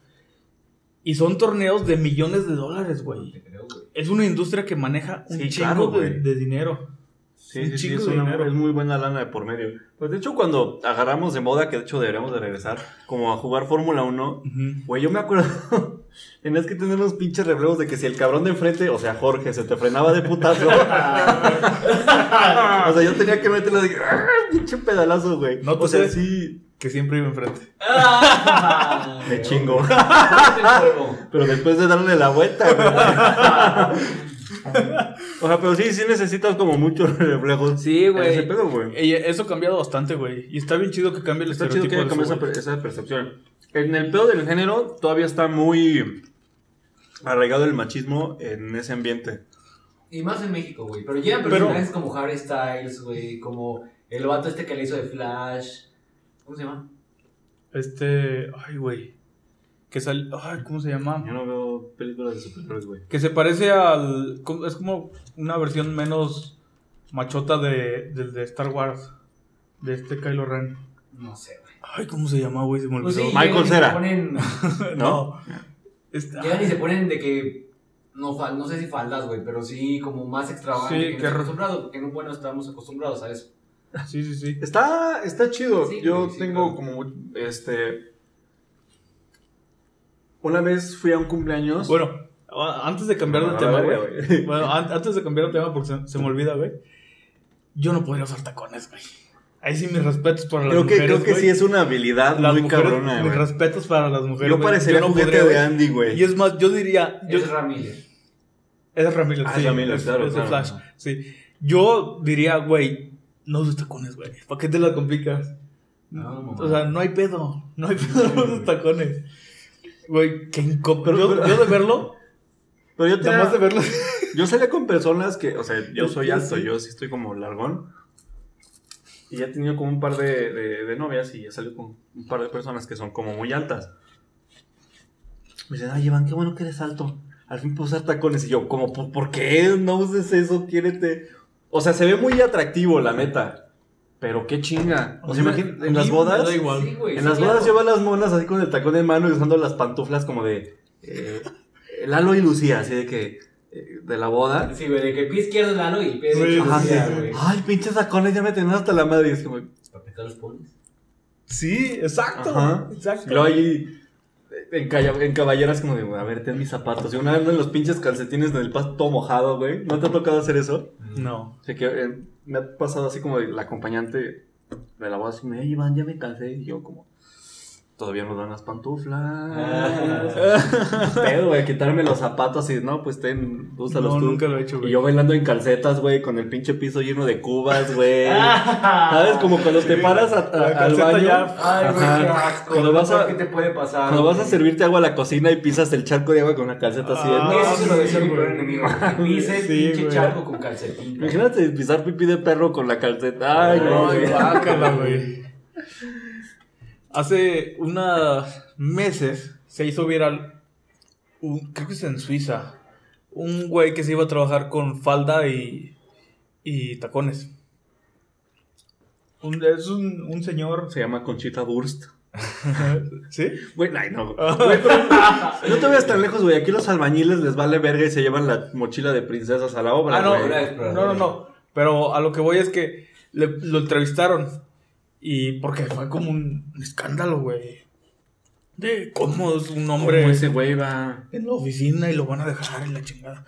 [SPEAKER 2] Y son torneos de millones de dólares, güey.
[SPEAKER 3] Te creo, güey.
[SPEAKER 2] Es una industria que maneja un
[SPEAKER 1] Sí,
[SPEAKER 2] chingo
[SPEAKER 1] claro,
[SPEAKER 2] de-
[SPEAKER 1] güey.
[SPEAKER 2] de dinero.
[SPEAKER 1] Sí,
[SPEAKER 2] Un
[SPEAKER 1] sí, sí,
[SPEAKER 2] chingo
[SPEAKER 1] es,
[SPEAKER 2] de
[SPEAKER 1] una-
[SPEAKER 2] dinero.
[SPEAKER 1] es muy buena lana de por medio. Pues de hecho, cuando agarramos de moda, que de hecho deberíamos de regresar, como a jugar Fórmula 1, güey, yo me acuerdo, tenías que tener unos pinches reflejos de que si el cabrón de enfrente, o sea, Jorge, se te frenaba de putazo, o sea, yo tenía que meterle de ¡Ah, pinche pedalazo, güey.
[SPEAKER 2] No,
[SPEAKER 1] o
[SPEAKER 2] pues,
[SPEAKER 1] sea,
[SPEAKER 2] eh.
[SPEAKER 1] sí,
[SPEAKER 2] Que siempre iba enfrente.
[SPEAKER 4] Ah,
[SPEAKER 1] me chingo.
[SPEAKER 4] fuerte el juego.
[SPEAKER 1] Pero después de darle la vuelta, güey. O sea, pero sí, sí necesitas como muchos reflejos.
[SPEAKER 2] Sí,
[SPEAKER 1] en
[SPEAKER 2] güey.
[SPEAKER 1] Ese pedo, güey.
[SPEAKER 2] Ey, Eso ha cambiado bastante, güey. Y está bien chido que cambie el
[SPEAKER 1] Está chido
[SPEAKER 2] estereotipo
[SPEAKER 1] que haya
[SPEAKER 2] de
[SPEAKER 1] cambiado esa,
[SPEAKER 2] ese güey.
[SPEAKER 1] per- esa percepción. En el pedo del género todavía está muy arraigado el machismo en ese ambiente.
[SPEAKER 4] Y más en México, güey. Pero llegan
[SPEAKER 2] Pero-
[SPEAKER 4] personajes como Harry Styles, güey. Como el vato este que le hizo de Flash. ¿Cómo se llama?
[SPEAKER 2] Este. Ay, güey. Que sal... Ay, ¿cómo se
[SPEAKER 1] Yo
[SPEAKER 2] llama?
[SPEAKER 1] no veo películas de superhéroes, güey.
[SPEAKER 2] Que se parece al. como- Es como una versión menos machota de, del de Star Wars. De este Kylo Ren.
[SPEAKER 4] No sé, güey.
[SPEAKER 2] Ay, ¿cómo se llama, güey? Se me olvidó.
[SPEAKER 4] Pues sí,
[SPEAKER 1] Michael
[SPEAKER 4] llegan y se
[SPEAKER 1] Cera.
[SPEAKER 4] ponen-
[SPEAKER 2] no. Este-
[SPEAKER 4] Llegan y se ponen de que. No, fal- no sé si faldas, güey, pero sí como más extravagante.
[SPEAKER 2] Sí,
[SPEAKER 4] que no
[SPEAKER 2] que
[SPEAKER 4] estamos
[SPEAKER 2] re-
[SPEAKER 4] acostumbrados, porque no bueno estamos acostumbrados a eso.
[SPEAKER 2] ah, Sí, sí, sí.
[SPEAKER 1] Está, está chido.
[SPEAKER 4] Sí,
[SPEAKER 1] Yo
[SPEAKER 4] güey, sí,
[SPEAKER 1] tengo
[SPEAKER 4] claro.
[SPEAKER 1] como este. Una vez fui a un cumpleaños.
[SPEAKER 2] Bueno, a- antes de cambiar de
[SPEAKER 1] Ah,
[SPEAKER 2] tema,
[SPEAKER 1] güey,
[SPEAKER 2] güey.
[SPEAKER 1] güey.
[SPEAKER 2] Bueno, an- antes de cambiar de tema, porque se, se me olvida, güey. Yo no podría usar tacones, güey. Ahí sí mis respetos para las
[SPEAKER 1] Creo que,
[SPEAKER 2] mujeres.
[SPEAKER 1] creo que
[SPEAKER 2] güey.
[SPEAKER 1] sí es una habilidad
[SPEAKER 2] Las
[SPEAKER 1] muy
[SPEAKER 2] mujeres,
[SPEAKER 1] cabrona,
[SPEAKER 2] Mis
[SPEAKER 1] güey.
[SPEAKER 2] respetos para las mujeres.
[SPEAKER 1] Yo
[SPEAKER 2] güey.
[SPEAKER 1] parecería
[SPEAKER 2] no
[SPEAKER 1] juguete
[SPEAKER 2] podría,
[SPEAKER 1] de
[SPEAKER 2] güey.
[SPEAKER 1] Andy, güey.
[SPEAKER 2] Y es más, yo diría. Yo,
[SPEAKER 4] Es Ramírez.
[SPEAKER 2] es Ramírez,
[SPEAKER 1] Ah,
[SPEAKER 2] sí.
[SPEAKER 1] es Ramírez,
[SPEAKER 2] es,
[SPEAKER 1] claro,
[SPEAKER 2] es de
[SPEAKER 1] claro.
[SPEAKER 2] Flash, sí. Yo diría, güey, no uses tacones, güey. ¿Para qué te la complicas?
[SPEAKER 4] No, mamá.
[SPEAKER 2] o sea, no hay pedo. No hay pedo con los tacones. Güey, qué incómodo.
[SPEAKER 1] Pero-
[SPEAKER 2] Yo,
[SPEAKER 1] pero-
[SPEAKER 2] yo de verlo,
[SPEAKER 1] Pero yo
[SPEAKER 2] nada más de
[SPEAKER 1] tenía-
[SPEAKER 2] verlo.
[SPEAKER 1] Yo salía con personas que, o sea, yo soy
[SPEAKER 2] Sí,
[SPEAKER 1] alto,
[SPEAKER 2] sí.
[SPEAKER 1] yo sí estoy como largón. Y ya he tenido como un par de, de- de novias y he salido con un par de personas que son como muy altas. Me dicen, ay, Iván, qué bueno que eres alto. Al fin puedo usar tacones. Y yo, como, "¿Por- ¿por qué no uses eso? Quiérete. O sea, se ve muy atractivo, la neta. Pero qué chinga. O sea, imagínate, en las
[SPEAKER 2] Me
[SPEAKER 1] bodas.
[SPEAKER 2] da igual.
[SPEAKER 4] Sí, güey,
[SPEAKER 1] En
[SPEAKER 4] sí,
[SPEAKER 1] las bodas
[SPEAKER 4] claro.
[SPEAKER 1] lleva las monas así con el tacón en mano y usando las pantuflas como de eh, Lalo y Lucía, así de que eh, de la boda.
[SPEAKER 4] Sí, güey, de que el pie izquierdo es Lalo y el pie
[SPEAKER 2] Sí,
[SPEAKER 4] derecho
[SPEAKER 1] Ajá,
[SPEAKER 4] es
[SPEAKER 1] sí.
[SPEAKER 2] Lucía,
[SPEAKER 4] Lucía, güey.
[SPEAKER 1] Ay, pinches tacones, ya me tenían hasta la madre. Y es como,
[SPEAKER 4] ¿Para qué te los pones?
[SPEAKER 2] Sí, exacto.
[SPEAKER 1] Ajá.
[SPEAKER 2] Exacto.
[SPEAKER 1] y luego ahí eh, en, calla- en caballeras como de, a ver, ten mis zapatos. Y una vez en los pinches calcetines del pasto todo mojado, güey. ¿No te ha tocado hacer eso?
[SPEAKER 2] No.
[SPEAKER 1] O sea, que eh, me ha pasado así como de la acompañante de la boda, así, me Iván, ya me cansé. Y yo como... Todavía no dan las pantuflas.
[SPEAKER 4] Ah,
[SPEAKER 1] pedo, güey, quitarme los zapatos y no, pues ten, úsalos
[SPEAKER 2] No,
[SPEAKER 1] tú.
[SPEAKER 2] nunca lo he hecho,
[SPEAKER 1] Y
[SPEAKER 2] güey.
[SPEAKER 1] yo bailando en calcetas, güey, con el pinche piso lleno de cubas, güey. ¿Sabes? Como cuando te paras a- a-
[SPEAKER 2] La
[SPEAKER 1] al
[SPEAKER 2] calceta
[SPEAKER 1] baño.
[SPEAKER 2] ya-
[SPEAKER 4] Ay, güey, qué
[SPEAKER 1] Ajá.
[SPEAKER 4] asco.
[SPEAKER 1] Cuando vas a-
[SPEAKER 4] ¿Qué te puede pasar?
[SPEAKER 1] Cuando vas a
[SPEAKER 4] güey?
[SPEAKER 1] servirte agua a la cocina y pisas el charco de agua con la calceta así. de,
[SPEAKER 2] Ah,
[SPEAKER 1] "No".
[SPEAKER 4] Eso se lo decía
[SPEAKER 2] sí,
[SPEAKER 4] mi peor
[SPEAKER 2] güey.
[SPEAKER 4] enemigo. que Pise el
[SPEAKER 2] Sí,
[SPEAKER 4] pinche
[SPEAKER 2] güey.
[SPEAKER 4] charco con calcetín. güey.
[SPEAKER 1] Imagínate pisar pipí de perro con la calceta. Ay, no,
[SPEAKER 2] Ay,
[SPEAKER 1] güey.
[SPEAKER 2] guácala, güey. Hace unos meses se hizo viral, un- creo que es en Suiza, un güey que se iba a trabajar con falda y, y tacones. Un- es un, un señor.
[SPEAKER 1] Se llama Conchita Durst.
[SPEAKER 2] ¿Sí?
[SPEAKER 1] Güey, ay, no. Güey, pero- no te veas tan lejos, güey. Aquí los albañiles les vale verga y se llevan la mochila de princesas a la obra,
[SPEAKER 2] Ah, no,
[SPEAKER 1] güey.
[SPEAKER 4] era-
[SPEAKER 2] no, no, no. Pero a lo que voy es que le- lo entrevistaron. Y porque fue como un escándalo, güey. de cómo es un hombre
[SPEAKER 1] Hombre, ese güey va.
[SPEAKER 2] en la oficina y lo van a dejar en la chingada.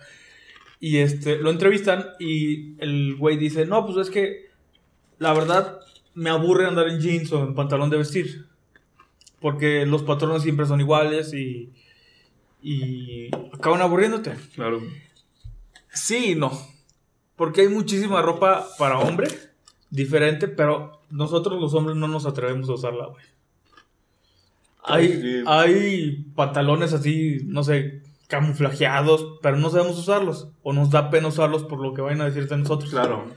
[SPEAKER 2] Y este, lo entrevistan y el güey dice, no, pues es que la verdad me aburre andar en jeans o en pantalón de vestir. Porque los patrones siempre son iguales y, y acaban aburriéndote.
[SPEAKER 1] Claro.
[SPEAKER 2] Sí y no. Porque hay muchísima ropa para hombre, diferente, pero nosotros los hombres no nos atrevemos a usarla, güey.
[SPEAKER 1] Ay, sí.
[SPEAKER 2] Hay, hay pantalones así, no sé, camuflajeados, pero no sabemos usarlos. O nos da pena usarlos por lo que vayan a decirte a nosotros.
[SPEAKER 1] Claro.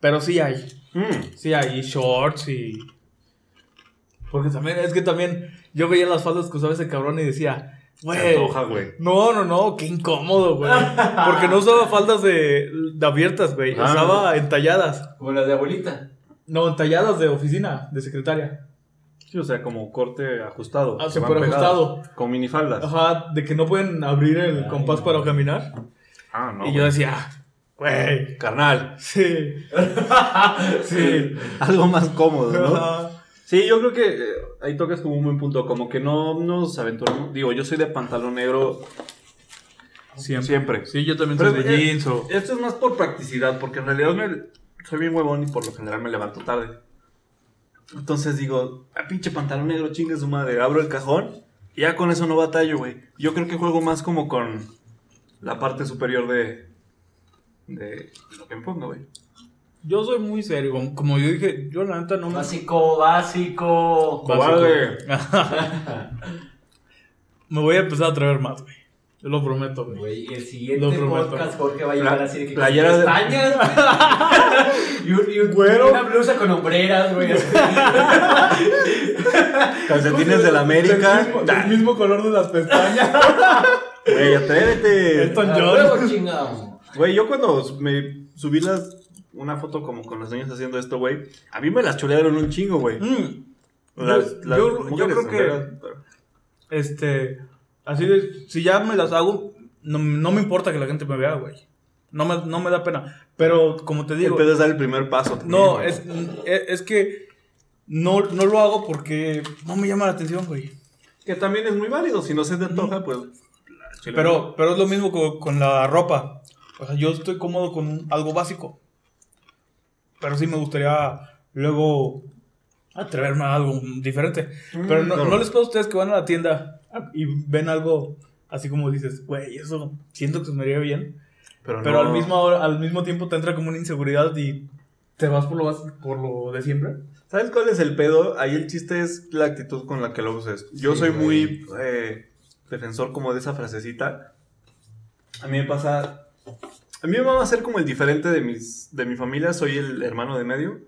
[SPEAKER 2] Pero sí hay.
[SPEAKER 1] Mm,
[SPEAKER 2] Sí hay y shorts y. Porque también, es que también yo veía las faldas que usaba ese cabrón y decía,
[SPEAKER 1] se
[SPEAKER 2] güey,
[SPEAKER 1] antoja, güey.
[SPEAKER 2] no, no, no, qué incómodo, güey. Porque no usaba faldas de, de abiertas, güey.
[SPEAKER 1] Ah.
[SPEAKER 2] Usaba entalladas.
[SPEAKER 4] Como las de abuelita.
[SPEAKER 2] No, entalladas de oficina, de secretaria.
[SPEAKER 1] Sí, o sea, como corte ajustado.
[SPEAKER 2] Ah,
[SPEAKER 1] que van
[SPEAKER 2] súper
[SPEAKER 1] pegadas,
[SPEAKER 2] ajustado. Ah.
[SPEAKER 1] Con minifaldas.
[SPEAKER 2] Ajá, de que no pueden abrir el
[SPEAKER 4] Ay,
[SPEAKER 2] compás
[SPEAKER 4] no.
[SPEAKER 2] para caminar.
[SPEAKER 1] Ah, no.
[SPEAKER 2] y yo
[SPEAKER 1] güey.
[SPEAKER 2] decía, güey,
[SPEAKER 1] Carnal,
[SPEAKER 2] sí. sí.
[SPEAKER 1] algo más cómodo, ¿no?
[SPEAKER 2] Ajá.
[SPEAKER 1] Sí, yo creo que eh, ahí tocas como un buen punto. Como que no nos aventuramos. Digo, yo soy de pantalón negro
[SPEAKER 2] Siempre.
[SPEAKER 1] siempre.
[SPEAKER 2] Sí, yo también
[SPEAKER 1] Pero
[SPEAKER 2] soy de
[SPEAKER 1] es-
[SPEAKER 2] jeans o...
[SPEAKER 1] Esto es más por practicidad, porque en realidad me- soy bien huevón y por lo general me levanto tarde. Entonces digo, ah, pinche pantalón negro, chingue su madre. Abro el cajón y ya con eso no batallo, güey. Yo creo que juego más como con la parte superior de, de lo que me pongo, güey.
[SPEAKER 2] Yo soy muy serio. como- Como yo dije, yo la neta no me...
[SPEAKER 4] Básico, básico.
[SPEAKER 1] Cobarde.
[SPEAKER 2] Me voy a empezar a traer más, güey. Yo lo prometo, güey.
[SPEAKER 4] Güey, el siguiente
[SPEAKER 2] Lo prometo.
[SPEAKER 4] podcast Jorge va a llegar
[SPEAKER 1] Pla-
[SPEAKER 4] así de que
[SPEAKER 1] playera de-
[SPEAKER 4] pestañas güey. y un, y un-
[SPEAKER 2] Güero.
[SPEAKER 4] una blusa con hombreras, güey. así.
[SPEAKER 1] Calcetines de la
[SPEAKER 2] Del
[SPEAKER 1] América.
[SPEAKER 2] mismo, del
[SPEAKER 1] Da,
[SPEAKER 2] mismo color de las pestañas.
[SPEAKER 1] Güey, atrévete.
[SPEAKER 2] Elton
[SPEAKER 4] Ah,
[SPEAKER 2] John.
[SPEAKER 4] huevo, chingado.
[SPEAKER 1] Güey, yo cuando me subí las... Una foto como con los niños haciendo esto, güey. A mí me las chulearon un chingo, güey.
[SPEAKER 2] Mm,
[SPEAKER 1] Las-
[SPEAKER 2] Yo-
[SPEAKER 1] las
[SPEAKER 2] yo- yo
[SPEAKER 1] mujeres,
[SPEAKER 2] creo que-
[SPEAKER 1] en verdad.
[SPEAKER 2] Este, así de, si ya me las hago, no, no me importa que la gente me vea, güey. No me, no me da pena. Pero como te digo,
[SPEAKER 1] el pedo es dar el primer paso. pues.
[SPEAKER 2] no,
[SPEAKER 1] güey.
[SPEAKER 2] es, es, es que no, no lo hago porque no me llama la atención, güey.
[SPEAKER 1] Que también es muy válido. Si no se te antoja, pues.
[SPEAKER 2] Pero, pero es lo mismo co- con, la ropa. O sea, yo estoy cómodo con un- algo básico. Pero sí me gustaría luego atreverme a algo diferente.
[SPEAKER 1] Mm,
[SPEAKER 2] Pero no,
[SPEAKER 1] claro.
[SPEAKER 2] no les pasa a ustedes que van a la tienda y ven algo así como dices, güey, eso siento que se me haría bien.
[SPEAKER 1] Pero,
[SPEAKER 2] Pero
[SPEAKER 1] no-
[SPEAKER 2] al, mismo, hora- al mismo tiempo te entra como una inseguridad y te vas por lo, bas- por lo de siempre.
[SPEAKER 1] ¿Sabes cuál es el pedo? Ahí el chiste es la actitud con la que lo uses. Yo
[SPEAKER 4] Sí,
[SPEAKER 1] soy
[SPEAKER 4] güey.
[SPEAKER 1] muy eh, defensor como de esa frasecita. A mí me pasa. A mí me va a ser como el diferente de, mis, de mi familia. Soy el hermano de medio.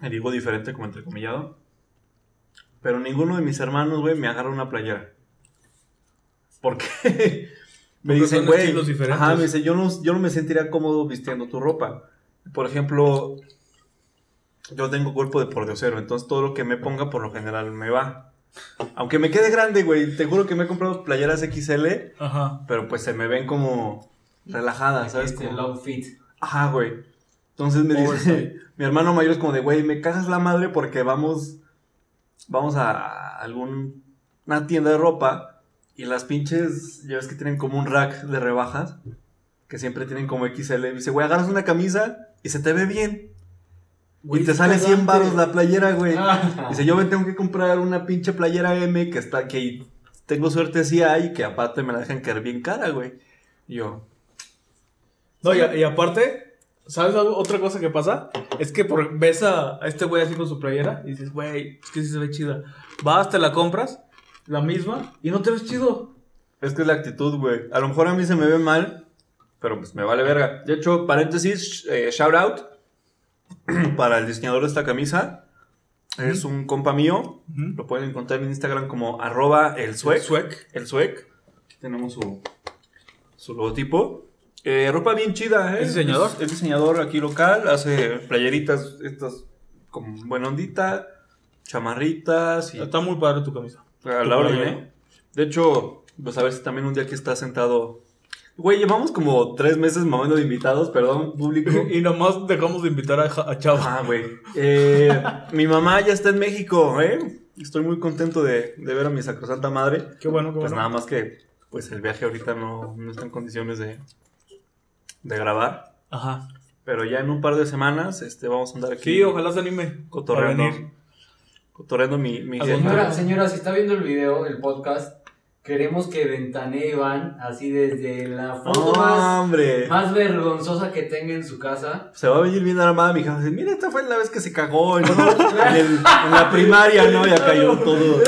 [SPEAKER 1] Me digo diferente, como entrecomillado. Pero ninguno de mis hermanos, güey, me agarra una playera. ¿Por qué? me
[SPEAKER 2] Porque
[SPEAKER 1] dicen,
[SPEAKER 2] son
[SPEAKER 1] güey.
[SPEAKER 2] estilos diferentes.
[SPEAKER 1] Ajá, me dice, yo no, yo no me sentiría cómodo vistiendo tu ropa. Por ejemplo, yo tengo cuerpo de pordiosero, entonces todo lo que me ponga por lo general me va. Aunque me quede grande, güey, te juro que me he comprado playeras XL,
[SPEAKER 2] Ajá.
[SPEAKER 1] pero pues se me ven como
[SPEAKER 2] Ah,
[SPEAKER 1] relajadas, ¿sabes?
[SPEAKER 4] Este, el
[SPEAKER 1] Como-
[SPEAKER 4] outfit.
[SPEAKER 1] Ajá, güey. Entonces me dice, mi hermano mayor es como de, güey, me cagas la madre porque vamos, vamos a alguna tienda de ropa y las pinches, ya ves que tienen como un rack de rebajas, que siempre tienen como XL. Me dice, güey, agarras una camisa y se te ve bien. y te sale 100 baros la playera, güey.
[SPEAKER 4] Ah.
[SPEAKER 1] Dice, yo me tengo que comprar una pinche playera M que está, que tengo suerte si hay, que aparte me la dejan caer bien cara, güey. Y yo,
[SPEAKER 2] No, y, a- y aparte, ¿sabes algo? Otra cosa que pasa es que por, ves a, a este güey así con su playera y dices, güey, es que sí se ve chida. Vas, te la compras, la misma, y no te ves chido.
[SPEAKER 1] Es que es la actitud, güey. A lo mejor a mí se me ve mal, pero pues me vale verga. De hecho, paréntesis, eh, shout out para el diseñador de esta camisa. Es un compa mío.
[SPEAKER 2] Ujú.
[SPEAKER 1] Lo pueden encontrar en Instagram como arroba el suec. El suec. Aquí tenemos su, su logotipo. Eh, ropa bien chida, ¿eh?
[SPEAKER 2] ¿Es diseñador?
[SPEAKER 1] Es, es diseñador aquí local. Hace playeritas estas con buena ondita, chamarritas y
[SPEAKER 2] Está muy padre tu camisa.
[SPEAKER 1] a
[SPEAKER 2] ¿Tu
[SPEAKER 1] la orden,
[SPEAKER 2] playera?
[SPEAKER 1] ¿eh? De hecho, pues a ver si también un día que estás sentado Güey, llevamos como tres meses mamando de invitados, perdón, público.
[SPEAKER 2] Y nomás dejamos de invitar a, Ja- a Chava.
[SPEAKER 1] Ah, güey. Eh, mi mamá ya está en México, ¿eh? Estoy muy contento de, de ver a mi sacrosanta madre.
[SPEAKER 2] Qué bueno, qué
[SPEAKER 1] Pues
[SPEAKER 2] bueno.
[SPEAKER 1] nada más que pues el viaje ahorita no, no está en condiciones de, de grabar.
[SPEAKER 2] Ajá.
[SPEAKER 1] Pero ya en un par de semanas este, vamos a andar aquí.
[SPEAKER 2] Sí, ojalá se anime.
[SPEAKER 1] Cotorreando.
[SPEAKER 2] a venir.
[SPEAKER 1] Cotorreando mi... mi
[SPEAKER 2] ¿A
[SPEAKER 1] jet.
[SPEAKER 2] dónde?
[SPEAKER 4] Señora, señora, si está viendo el video, el podcast, queremos que ventanee Iván así desde la
[SPEAKER 1] ¡No,
[SPEAKER 4] foto más,
[SPEAKER 1] hombre!
[SPEAKER 4] más vergonzosa que tenga en su casa.
[SPEAKER 1] Se va a venir bien armada mi hija. Dice, Mira, esta fue la vez que se cagó ¿no? en, el- en la primaria, ¿no? Ya cayó todo.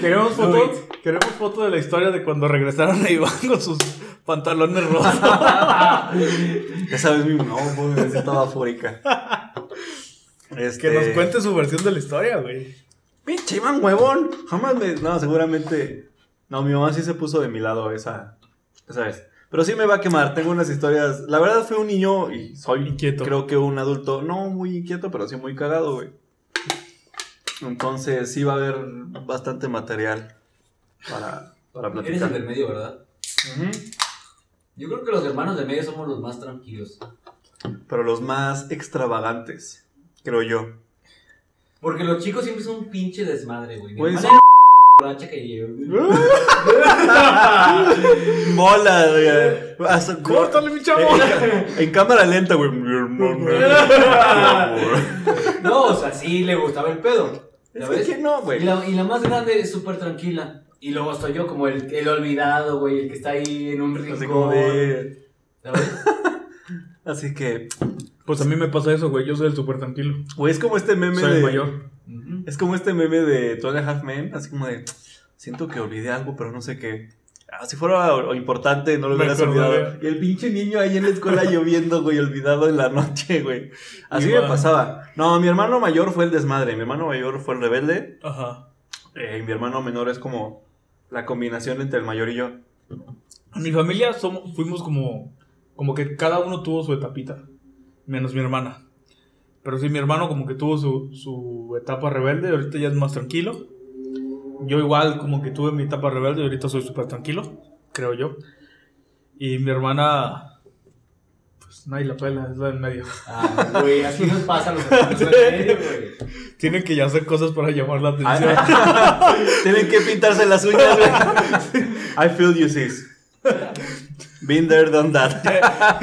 [SPEAKER 2] Queremos foto, queremos foto de la historia de cuando regresaron a Iván con sus pantalones rosas.
[SPEAKER 1] Esa vez mi mamá pues, me estaba afórica. Este,
[SPEAKER 2] Que nos cuente su versión de la historia, güey.
[SPEAKER 1] Pinche Iván huevón. Jamás me. No, seguramente. No, mi mamá sí se puso de mi lado esa, esa vez. Pero sí me va a quemar. Tengo unas historias. La verdad, fui un niño y soy.
[SPEAKER 2] Inquieto.
[SPEAKER 1] Creo que un adulto. No muy inquieto, pero sí muy cagado, güey. Entonces, sí va a haber bastante material para, para
[SPEAKER 4] Eres
[SPEAKER 1] platicar.
[SPEAKER 4] el del medio, ¿verdad?
[SPEAKER 1] Ujú.
[SPEAKER 4] Yo creo que los hermanos del medio somos los más tranquilos.
[SPEAKER 1] Pero los más extravagantes, creo yo.
[SPEAKER 4] Porque los chicos siempre son un pinche desmadre, güey. Mi
[SPEAKER 1] Güey, Ah.
[SPEAKER 4] hermana
[SPEAKER 1] son-
[SPEAKER 4] era borracha que llevo.
[SPEAKER 1] Mola, güey. Hasta-
[SPEAKER 2] ¡Córtale, mi chavo!
[SPEAKER 1] Eh, En, en cámara lenta, güey. Mi hermano.
[SPEAKER 4] No, o sea, sí le gustaba el pedo.
[SPEAKER 1] Es
[SPEAKER 4] ¿Ya
[SPEAKER 1] que
[SPEAKER 4] ves?
[SPEAKER 1] ¿quién no,
[SPEAKER 4] Y
[SPEAKER 1] güey.
[SPEAKER 4] la, y la más grande es súper tranquila. Y luego soy yo como el, el olvidado, güey, el que está ahí en un rincón.
[SPEAKER 1] Así como de.
[SPEAKER 4] ¿sabes?
[SPEAKER 1] Así que,
[SPEAKER 2] Pues a mí me pasa eso, güey. Yo soy el súper tranquilo.
[SPEAKER 1] güey, es como este meme
[SPEAKER 2] Soy
[SPEAKER 1] de.
[SPEAKER 2] el mayor.
[SPEAKER 4] Ujú.
[SPEAKER 1] Es como este meme de Two and a Half Men. Así como de. Siento que olvidé algo, pero no sé qué. Ah, si fuera o- o importante, no lo
[SPEAKER 2] Me
[SPEAKER 1] hubieras
[SPEAKER 2] acordaré.
[SPEAKER 1] olvidado. Y el pinche niño ahí en la escuela lloviendo, güey, olvidado en la noche, güey. Así me
[SPEAKER 2] Igual.
[SPEAKER 1] pasaba. No, mi hermano mayor fue el desmadre. Mi hermano mayor fue el rebelde.
[SPEAKER 2] Ajá.
[SPEAKER 1] Eh, mi hermano menor es como la combinación entre el mayor y yo.
[SPEAKER 2] En mi familia somos, fuimos como, como que cada uno tuvo su etapita, menos mi hermana. Pero sí, mi hermano como que tuvo su, su etapa rebelde, ahorita ya es más tranquilo. Yo igual como que tuve mi etapa rebelde, ahorita soy súper tranquilo, creo yo. Y mi hermana, pues nadie la pela, es la del medio.
[SPEAKER 4] Ah, güey, así nos pasa a los hermanos del medio, güey.
[SPEAKER 2] Tienen que ya hacer cosas para llamar la atención.
[SPEAKER 1] Tienen que pintarse las uñas, güey. Ah, I feel you, sis. Been there, done that.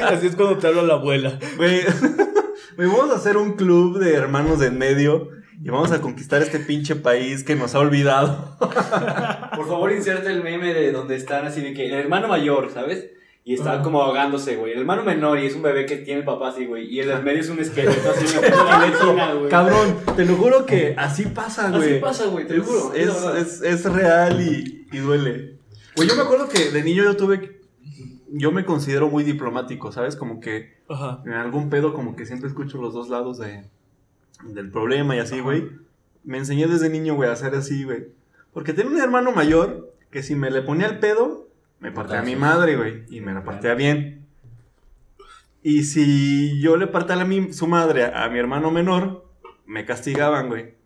[SPEAKER 2] Así es cuando te habla la abuela.
[SPEAKER 1] Güey, güey, vamos a hacer un club de hermanos en medio y vamos a conquistar este pinche país que nos ha olvidado.
[SPEAKER 3] Por favor, inserta el meme de donde están así de que el hermano mayor, ¿sabes? Y está como ahogándose, güey. El hermano menor y es un bebé que tiene el papá así, güey. Y el del medio es un esqueleto así, una puta guillotina, Ah, güey.
[SPEAKER 1] Cabrón, te lo juro que así pasa,
[SPEAKER 3] Así
[SPEAKER 1] güey.
[SPEAKER 3] pasa, güey, te lo
[SPEAKER 1] Es,
[SPEAKER 3] juro.
[SPEAKER 1] es,
[SPEAKER 3] la verdad.
[SPEAKER 1] es- es real y, y duele. Güey, yo me acuerdo que de niño yo tuve. Yo me considero muy diplomático, ¿sabes? Como que
[SPEAKER 2] Ajá.
[SPEAKER 1] en algún pedo, como que siempre escucho los dos lados de, del problema y así, güey. Me enseñé desde niño, güey, a hacer así, güey. Porque tenía un hermano mayor que si me le ponía el pedo, me partía a mi madre, güey. Y me la partía bien. Y si yo le partía a mi, su madre a, a mi hermano menor, me castigaban, güey.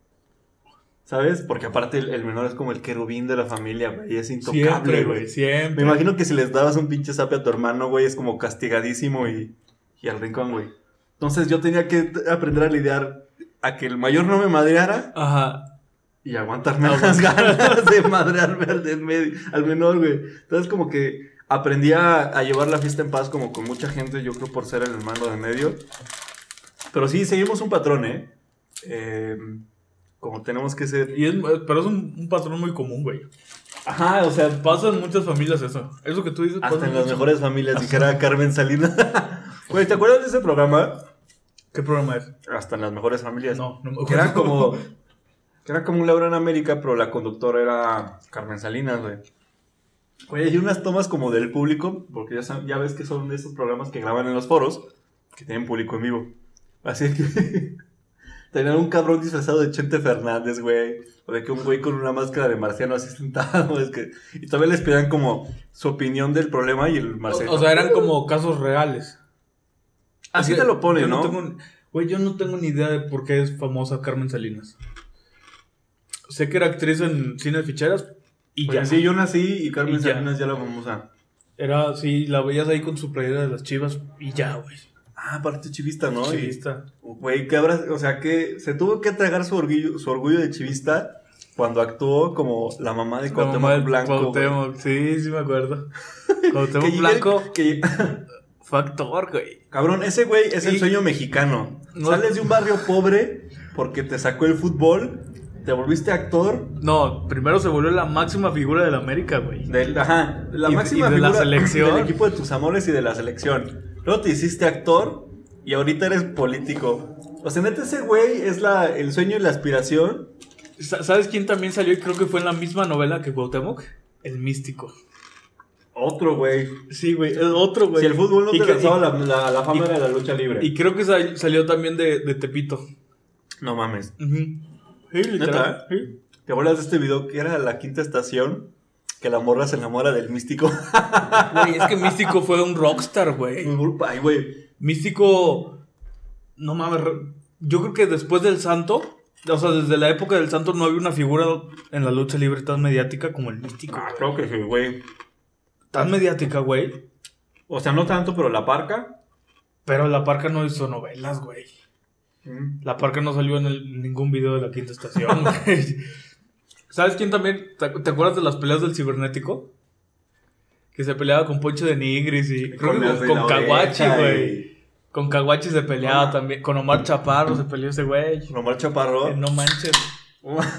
[SPEAKER 1] ¿Sabes? Porque aparte el, el menor es como el querubín de la familia, güey. y Es
[SPEAKER 2] Siempre,
[SPEAKER 1] intocable,
[SPEAKER 2] güey,
[SPEAKER 1] güey. Me
[SPEAKER 2] siempre.
[SPEAKER 1] imagino que si les dabas un pinche sape a tu hermano, güey, es como castigadísimo y, y al rincón, güey. Entonces yo tenía que t- aprender a lidiar a que el mayor no me madreara
[SPEAKER 2] Ajá.
[SPEAKER 1] y aguantarme las ganas de madrearme al, del medio, al menor, güey. Entonces como que aprendí a, a llevar la fiesta en paz como con mucha gente, yo creo por ser el hermano de medio. Pero sí, seguimos un patrón, ¿eh? Eh, como tenemos que ser...
[SPEAKER 2] Y es, pero es un, un patrón muy común, güey.
[SPEAKER 1] Ajá, o sea,
[SPEAKER 2] Pasa en muchas familias eso. Eso que tú dices pasa
[SPEAKER 1] Hasta en las
[SPEAKER 2] muchas-
[SPEAKER 1] mejores familias, dijera Carmen Salinas. Güey, ¿te acuerdas de ese programa?
[SPEAKER 2] ¿Qué programa es?
[SPEAKER 1] Hasta en las mejores familias.
[SPEAKER 2] No, no me
[SPEAKER 1] Que era como. Que era como un Laura en América, pero la conductora era Carmen Salinas, güey. Güey, hay unas tomas como del público, porque ya, sab- ya ves que son de esos programas que graban en los foros, que tienen público en vivo. Así que. Tenían un cabrón disfrazado de Chente Fernández, güey. O de que un güey con una máscara de marciano así sentado. Es que, y todavía les pedían como su opinión del problema y el marciano.
[SPEAKER 2] O, o sea, eran como casos reales.
[SPEAKER 1] así
[SPEAKER 2] O sea,
[SPEAKER 1] te lo pone,
[SPEAKER 2] yo
[SPEAKER 1] ¿no?
[SPEAKER 2] tengo ni- güey, yo no tengo ni idea de por qué es famosa Carmen Salinas. Sé que era actriz en cine de ficheras y
[SPEAKER 1] Porque
[SPEAKER 2] ya.
[SPEAKER 1] Pues sí, yo nací y Carmen
[SPEAKER 2] Y ya.
[SPEAKER 1] Salinas ya la famosa.
[SPEAKER 2] Era así, la veías ahí con su playera de las chivas y ya, güey.
[SPEAKER 1] Ah, aparte chivista, ¿no? Y-
[SPEAKER 2] Chivista.
[SPEAKER 1] Güey, ¿qué habrá- O sea, que se tuvo que tragar su orgullo, su orgullo de chivista cuando actuó como la mamá de
[SPEAKER 2] La mamá
[SPEAKER 1] Cuauhtémoc
[SPEAKER 2] del
[SPEAKER 1] Blanco. güey.
[SPEAKER 2] Cuauhtémoc, sí, sí me acuerdo.
[SPEAKER 1] Que
[SPEAKER 2] Cuauhtémoc
[SPEAKER 1] llegue-
[SPEAKER 2] Blanco
[SPEAKER 1] que-
[SPEAKER 2] fue actor, güey.
[SPEAKER 1] Cabrón, ese güey es el
[SPEAKER 2] Y-
[SPEAKER 1] sueño mexicano.
[SPEAKER 2] No-
[SPEAKER 1] Sales de un barrio pobre porque te sacó el fútbol, te volviste actor.
[SPEAKER 2] No, primero se volvió la máxima figura de la América, güey.
[SPEAKER 1] Del, ajá, la
[SPEAKER 2] Y-
[SPEAKER 1] máxima
[SPEAKER 2] y de la
[SPEAKER 1] figura
[SPEAKER 2] selección.
[SPEAKER 1] del equipo de tus amores y de la selección. Luego te hiciste actor y ahorita eres político. O sea, neta, ese güey es la, el sueño y la aspiración.
[SPEAKER 2] Sa- ¿Sabes quién también salió y creo que fue en la misma novela que Cuauhtémoc? El místico.
[SPEAKER 1] Otro güey.
[SPEAKER 2] Sí, güey, el otro, güey.
[SPEAKER 1] Si el fútbol no
[SPEAKER 2] Y
[SPEAKER 1] te
[SPEAKER 2] que-
[SPEAKER 1] lanzaba la, la- la fama
[SPEAKER 2] y-
[SPEAKER 1] de la lucha libre.
[SPEAKER 2] Y creo que sal- salió también de, de Tepito.
[SPEAKER 1] no mames.
[SPEAKER 2] Ujú. Sí, literal.
[SPEAKER 1] ¿Neta?
[SPEAKER 2] sí.
[SPEAKER 1] ¿Te acuerdas de este video que era la quinta estación? Que la morra se enamora del místico.
[SPEAKER 2] Güey, es que Místico fue un rockstar, güey.
[SPEAKER 1] Ay, güey.
[SPEAKER 2] Místico. No mames. re- Yo creo que después del Santo. O sea, desde la época del Santo no había una figura en la lucha libre tan mediática como el Místico.
[SPEAKER 1] Ah, creo que sí, güey.
[SPEAKER 2] Tan mediática, güey.
[SPEAKER 1] O sea, no tanto, pero la parca.
[SPEAKER 2] Pero La Parca no hizo novelas, güey. La Parca no salió en el- ningún video de la quinta estación, güey. ¿Sabes quién también? ¿Te, acu- te acuerdas de las peleas del cibernético? Que se peleaba con Poncho de Nigris y creo que
[SPEAKER 1] las
[SPEAKER 2] con,
[SPEAKER 1] de la
[SPEAKER 2] con Kawachi,
[SPEAKER 1] oreja
[SPEAKER 2] güey.
[SPEAKER 1] y-
[SPEAKER 2] Con Kawachi se peleaba
[SPEAKER 1] Omar.
[SPEAKER 2] también. Con Omar Chaparro se peleó ese güey.
[SPEAKER 1] Con Omar Chaparro.
[SPEAKER 2] Eh, No manches.